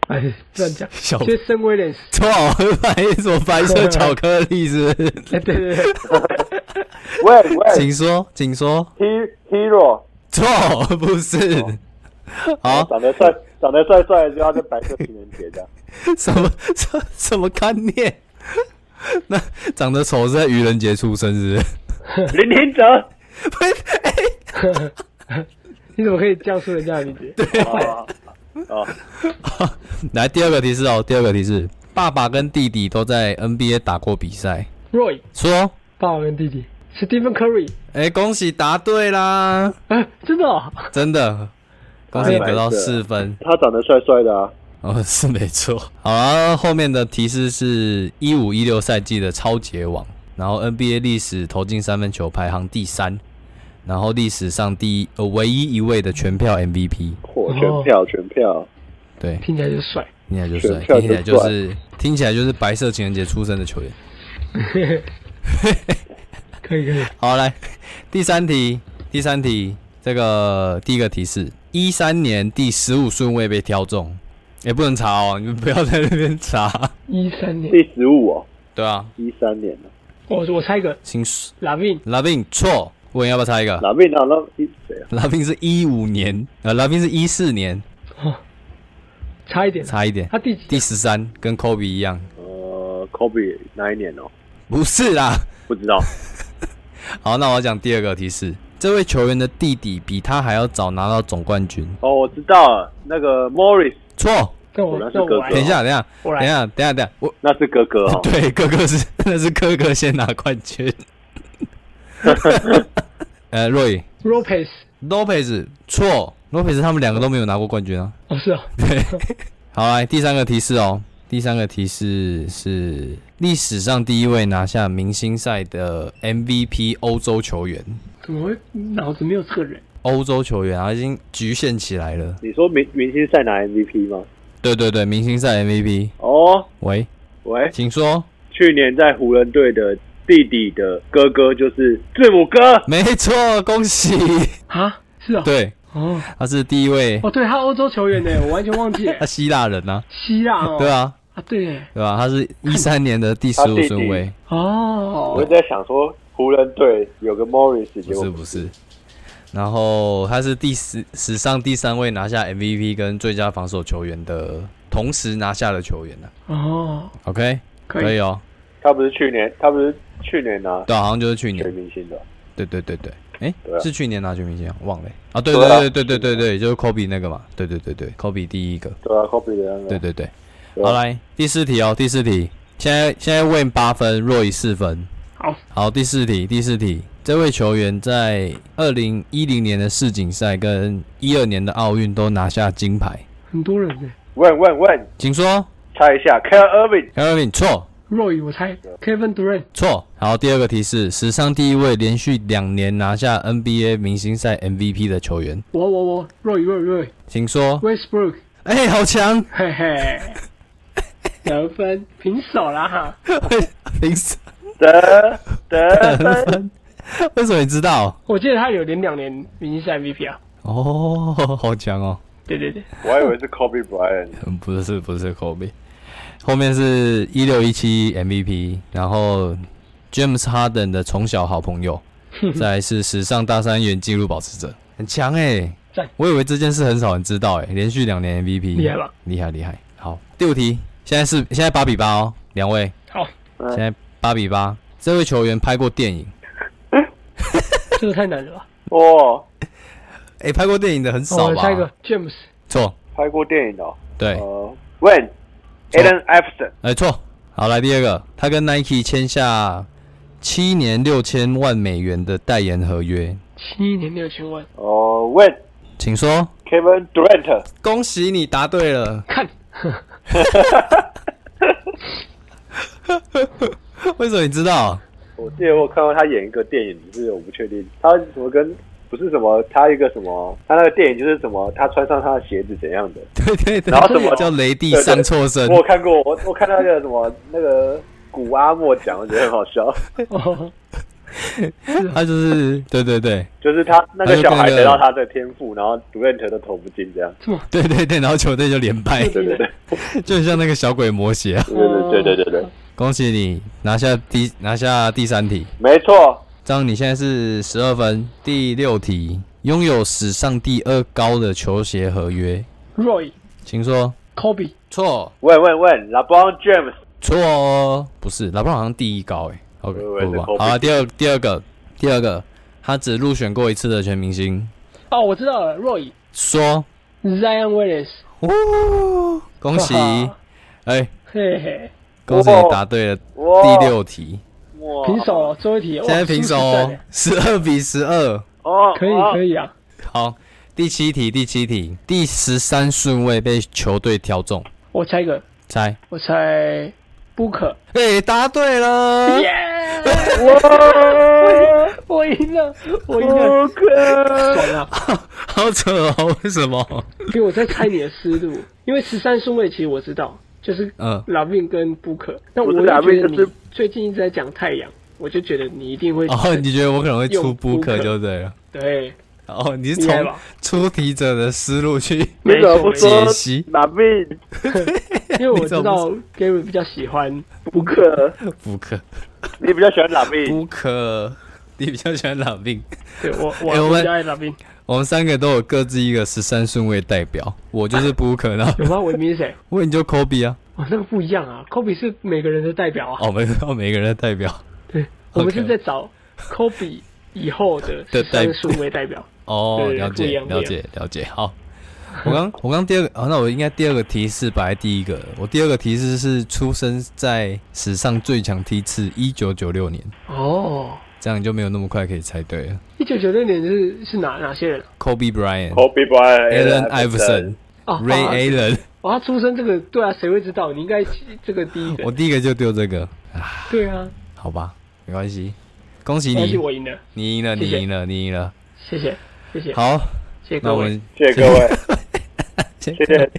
哎，乱讲
小
杰森威廉斯，
错，我买一什么白色巧克力是不 是？
哎，对 对对，
When When
请说，请说。
He- Hero
错，不是。好，
长得帅长得帅帅的就要在白色情人节这样，
什么什什么观念？ 那长得丑是在愚人节出生是
林林哲，
不是？哎、
你怎么可以叫出人家的名字？
哦哦，
来第二个提示哦，第二个提示，爸爸跟弟弟都在 NBA 打过比赛。
Roy，
说，
爸爸跟弟弟，Stephen Curry，
哎、恭喜答对啦！
哎，真的哦，
真的，恭喜你得到四分。
他长得帅帅的啊，
哦，是没错。 好啦，后面的提示是一五一六赛季的超杰王，然后 NBA 历史投进三分球排行第三，然后历史上第一呃唯一一位的全票 MVP。
嚯，全票全票，
对，
听起来就帅，
听起来就是
选票
听
就
起来就是听起来就是白色情人节出生的球员。
可以可以，
好，来 第三题，第三题，这个第一个提示，一三年第十五顺位被挑中，也不能查哦，你们不要在那边查。
一三年，哦
第十五哦，
对啊，
一三年哦了，
我我猜一个
请
拉宾，
拉宾错，问要不要猜一个？
哪边哪那谁啊？
拉宾是一五年，呃，拉宾是一四年，
差一点，
差一点，
他第几
第十三，跟 Kobe 一样，
呃，Kobe 哪一年哦？
不是啦。
不知道，
好，那我要讲第二个提示，这位球员的弟弟比他还要早拿到总冠军，
哦，我知道了，那个 Morris
错。
那我
果然是
那我
哥哥
来
等一下，等一下，
我
等一
来，
下，等一下，等一下，我，
那是哥哥哦
对哥哥是那是哥哥先拿冠军。呃，若雨
Lopez，
，Lopez 错，Lopez 他们两个都没有拿过冠军啊。
哦是啊，
对，好来第三个提示哦，第三个提示是历史上第一位拿下明星赛的 MVP 欧洲球员，
怎么会脑子没有这个人？
欧洲球员啊已经局限起来了。
你说明明星赛拿 MVP 吗？
对对对，明星赛 MVP，
哦，
喂，
喂，
请说，
去年在湖人队的弟弟的哥哥就是字母哥，
没错，恭喜，
啊，是啊，
对，
哦
他是第一位，
哦，对他欧洲球员 呢，我完全忘记了
他，希腊人呐、
希腊哦，
对啊，
啊对耶，
对吧？他是一三年的第十
他
五
弟弟
顺位，
我
哦
一直，在想说湖人队有个 Morris，结
不
果
是不是。然后他是第十史上第三位拿下 MVP 跟最佳防守球员的，同时拿下的球员呢、
哦，
OK，
可以
哦，
他不是去年，他不是去年拿
对啊、好像就是去
全
年，
明星的，
对对对对，哎、
对啊
是去年拿全明星啊，忘了、啊，对
对啊
对对对对对，就是 Kobe 那个嘛，对对对对，Kobe 第一个，
对啊，Kobe 的那个，
对对对。
对啊
好，来第四题哦，第四题，现在现在问八分，若以四分。
好，
好，第四题，第四题，这位球员在二零一零年的世锦赛跟一二年的奥运都拿下金牌，
很多人呢
问问问，
请说。
猜一下 k a r Irving，
Kevin 错
，Roy 我猜 Kevin Durant，
错。好，第二个提示，史上第一位连续两年拿下 NBA 明星赛 MVP 的球员，
我我我 Roy Roy Roy
请说。
Westbrook，
哎、好强！
嘿嘿，得分平手啦哈，
平时
得得
得
分，
分，为什么你知道？
我记得他有连两年明星赛 MVP 啊，
哦，好强哦。
对对对，
我还以为是 Kobe Bryant，
嗯，不是不是 Kobe，后面是一六一七 MVP，然后 James Harden 的从小好朋友，再来是史上大三元纪录保持者，很强哎、
赞，
我以为这件事很少人知道，哎，连续两年 MVP，
厉害吧？
厉害厉害。好，第五题，现在是现在八比八哦，两位
好，
现在八比八。这位球员拍过电影，
这个太难了吧？
哦，
哎，拍过电影的很
好，
少
我
吧？
猜一个 James，
错，
拍过电影哦。
对，
呃，When Alan Iverson
哎错。好，来第二个，他跟 Nike 签下七年六千万美元的代言合约，
七年六千万，
哦，When
请说。
Kevin Durant
恭喜你答对了。
看，
为什么你知道？
我记得我有看到他演一个电影，只是我不确定他怎么跟不是什么，他一个什么，他那个电影就是什么，他穿上他的鞋子怎样的。
对对对，
然后什么
叫雷帝
对对
上错身
我？有看过，我我看到那个什么那个古阿莫讲，我觉得很好笑，
哦，
他就是对对对
就是他那个小孩
他就跟那个
得到他的天赋，然后 Durant 都投不进这样。
对对对，然后球队就连败，
对 对对
就很像那个小鬼魔鞋啊！
对对对对
嗯
对对，
恭喜你拿下第拿下第三题，
没错。
这样你现在是十二分。第六题，拥有史上第二高的球鞋合约，
，Roy、
请说。
Kobe、
错
问问问，LeBron James
错哦，不是，老布朗好像第一高哎。OK，
对
不
对
不
对
不，好啊，第二第二个第二个，他只入选过一次的全明星，
哦，我知道了，Roy、
说。
Zion Williams，
哦，恭喜！哎、
嘿嘿，
恭喜你答对了
哇，
第六题，
哇
平手了，最后一题，哇
现在平手
输
哦
得，
十二比十二。
哦，
赞欸可以可
以，
以啊，
好，第七题，第七题，第十三顺位被球队挑中，
我猜一个，
猜。
我猜 Booker，
哎、答对了
耶，
哇，
我 赢了，我 赢了，
不可
爽啊！
好扯哦，为什么？
因为我在猜你的思路，因为十三顺位其实我知道，就是
嗯
拉宾跟 Booker，但我
不是
就
Lavin，
觉得
就
你
是
最近一直在讲太阳，我就觉得你一定会
哦，你觉得我可能会出
用 Booker
克就对了。
对，
哦，你是
厉害
从
吧
出题者的思路去
你
没
怎么
错
不
没错，
解
说
析
马病
因为我
你
知
怎么
道 Gary 比较喜欢
不可？
补课，
你比较喜欢马病？
补课，你比较喜欢老病。
对我
哎
我
我
我
们
比较爱拉宾，
我们三个都有各自一个十三顺位代表，我就是 Booker，然后
有吗？我明是谁？
我你就 Kobe 啊，
哇，那个不一样啊，Kobe 是每个人的代表啊，
哦，我们哦每个人的代表，
对，我们
OK
是在找 Kobe 以后的
的代
三顺位代表，
哦，
对
了
不一
解
样
了解了解，好，我刚我刚第二个，哦，那我应该第二个提示摆在第一个，我第二个提示是出生在史上最强梯次一九九六年，
哦，
这样你就没有那么快可以猜对了
一九九六年是是哪哪些人啊？
，Kobe Bryant、
Kobe Bryant、
Allen Iverson、
哦
Ray
啊
Allen，
哇、他出生这个，对啊，谁会知道？你应该这个第一个
我，第一个就丢这个，
对啊，
好吧，没关系，恭喜
而
你
且，我赢了，
你赢了，你
谢谢
赢了，你赢了，
谢谢，谢谢，
好，
谢谢
那
各
我
位
们。
谢谢各位，
谢
谢谢。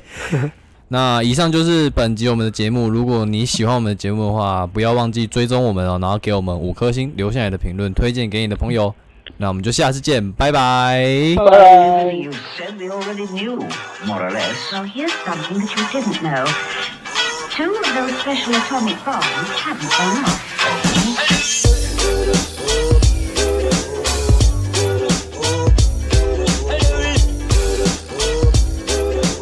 那以上就是本集我们的节目。如果你喜欢我们的节目的话，不要忘记追踪我们哦，然后给我们五颗星，留下你的评论，推荐给你的朋友。那我们就下次见，拜拜。
拜
拜。
You said we already knew, more or less.
Well, here's something that you didn't know. Two of those special atomic bombs haven't gone off.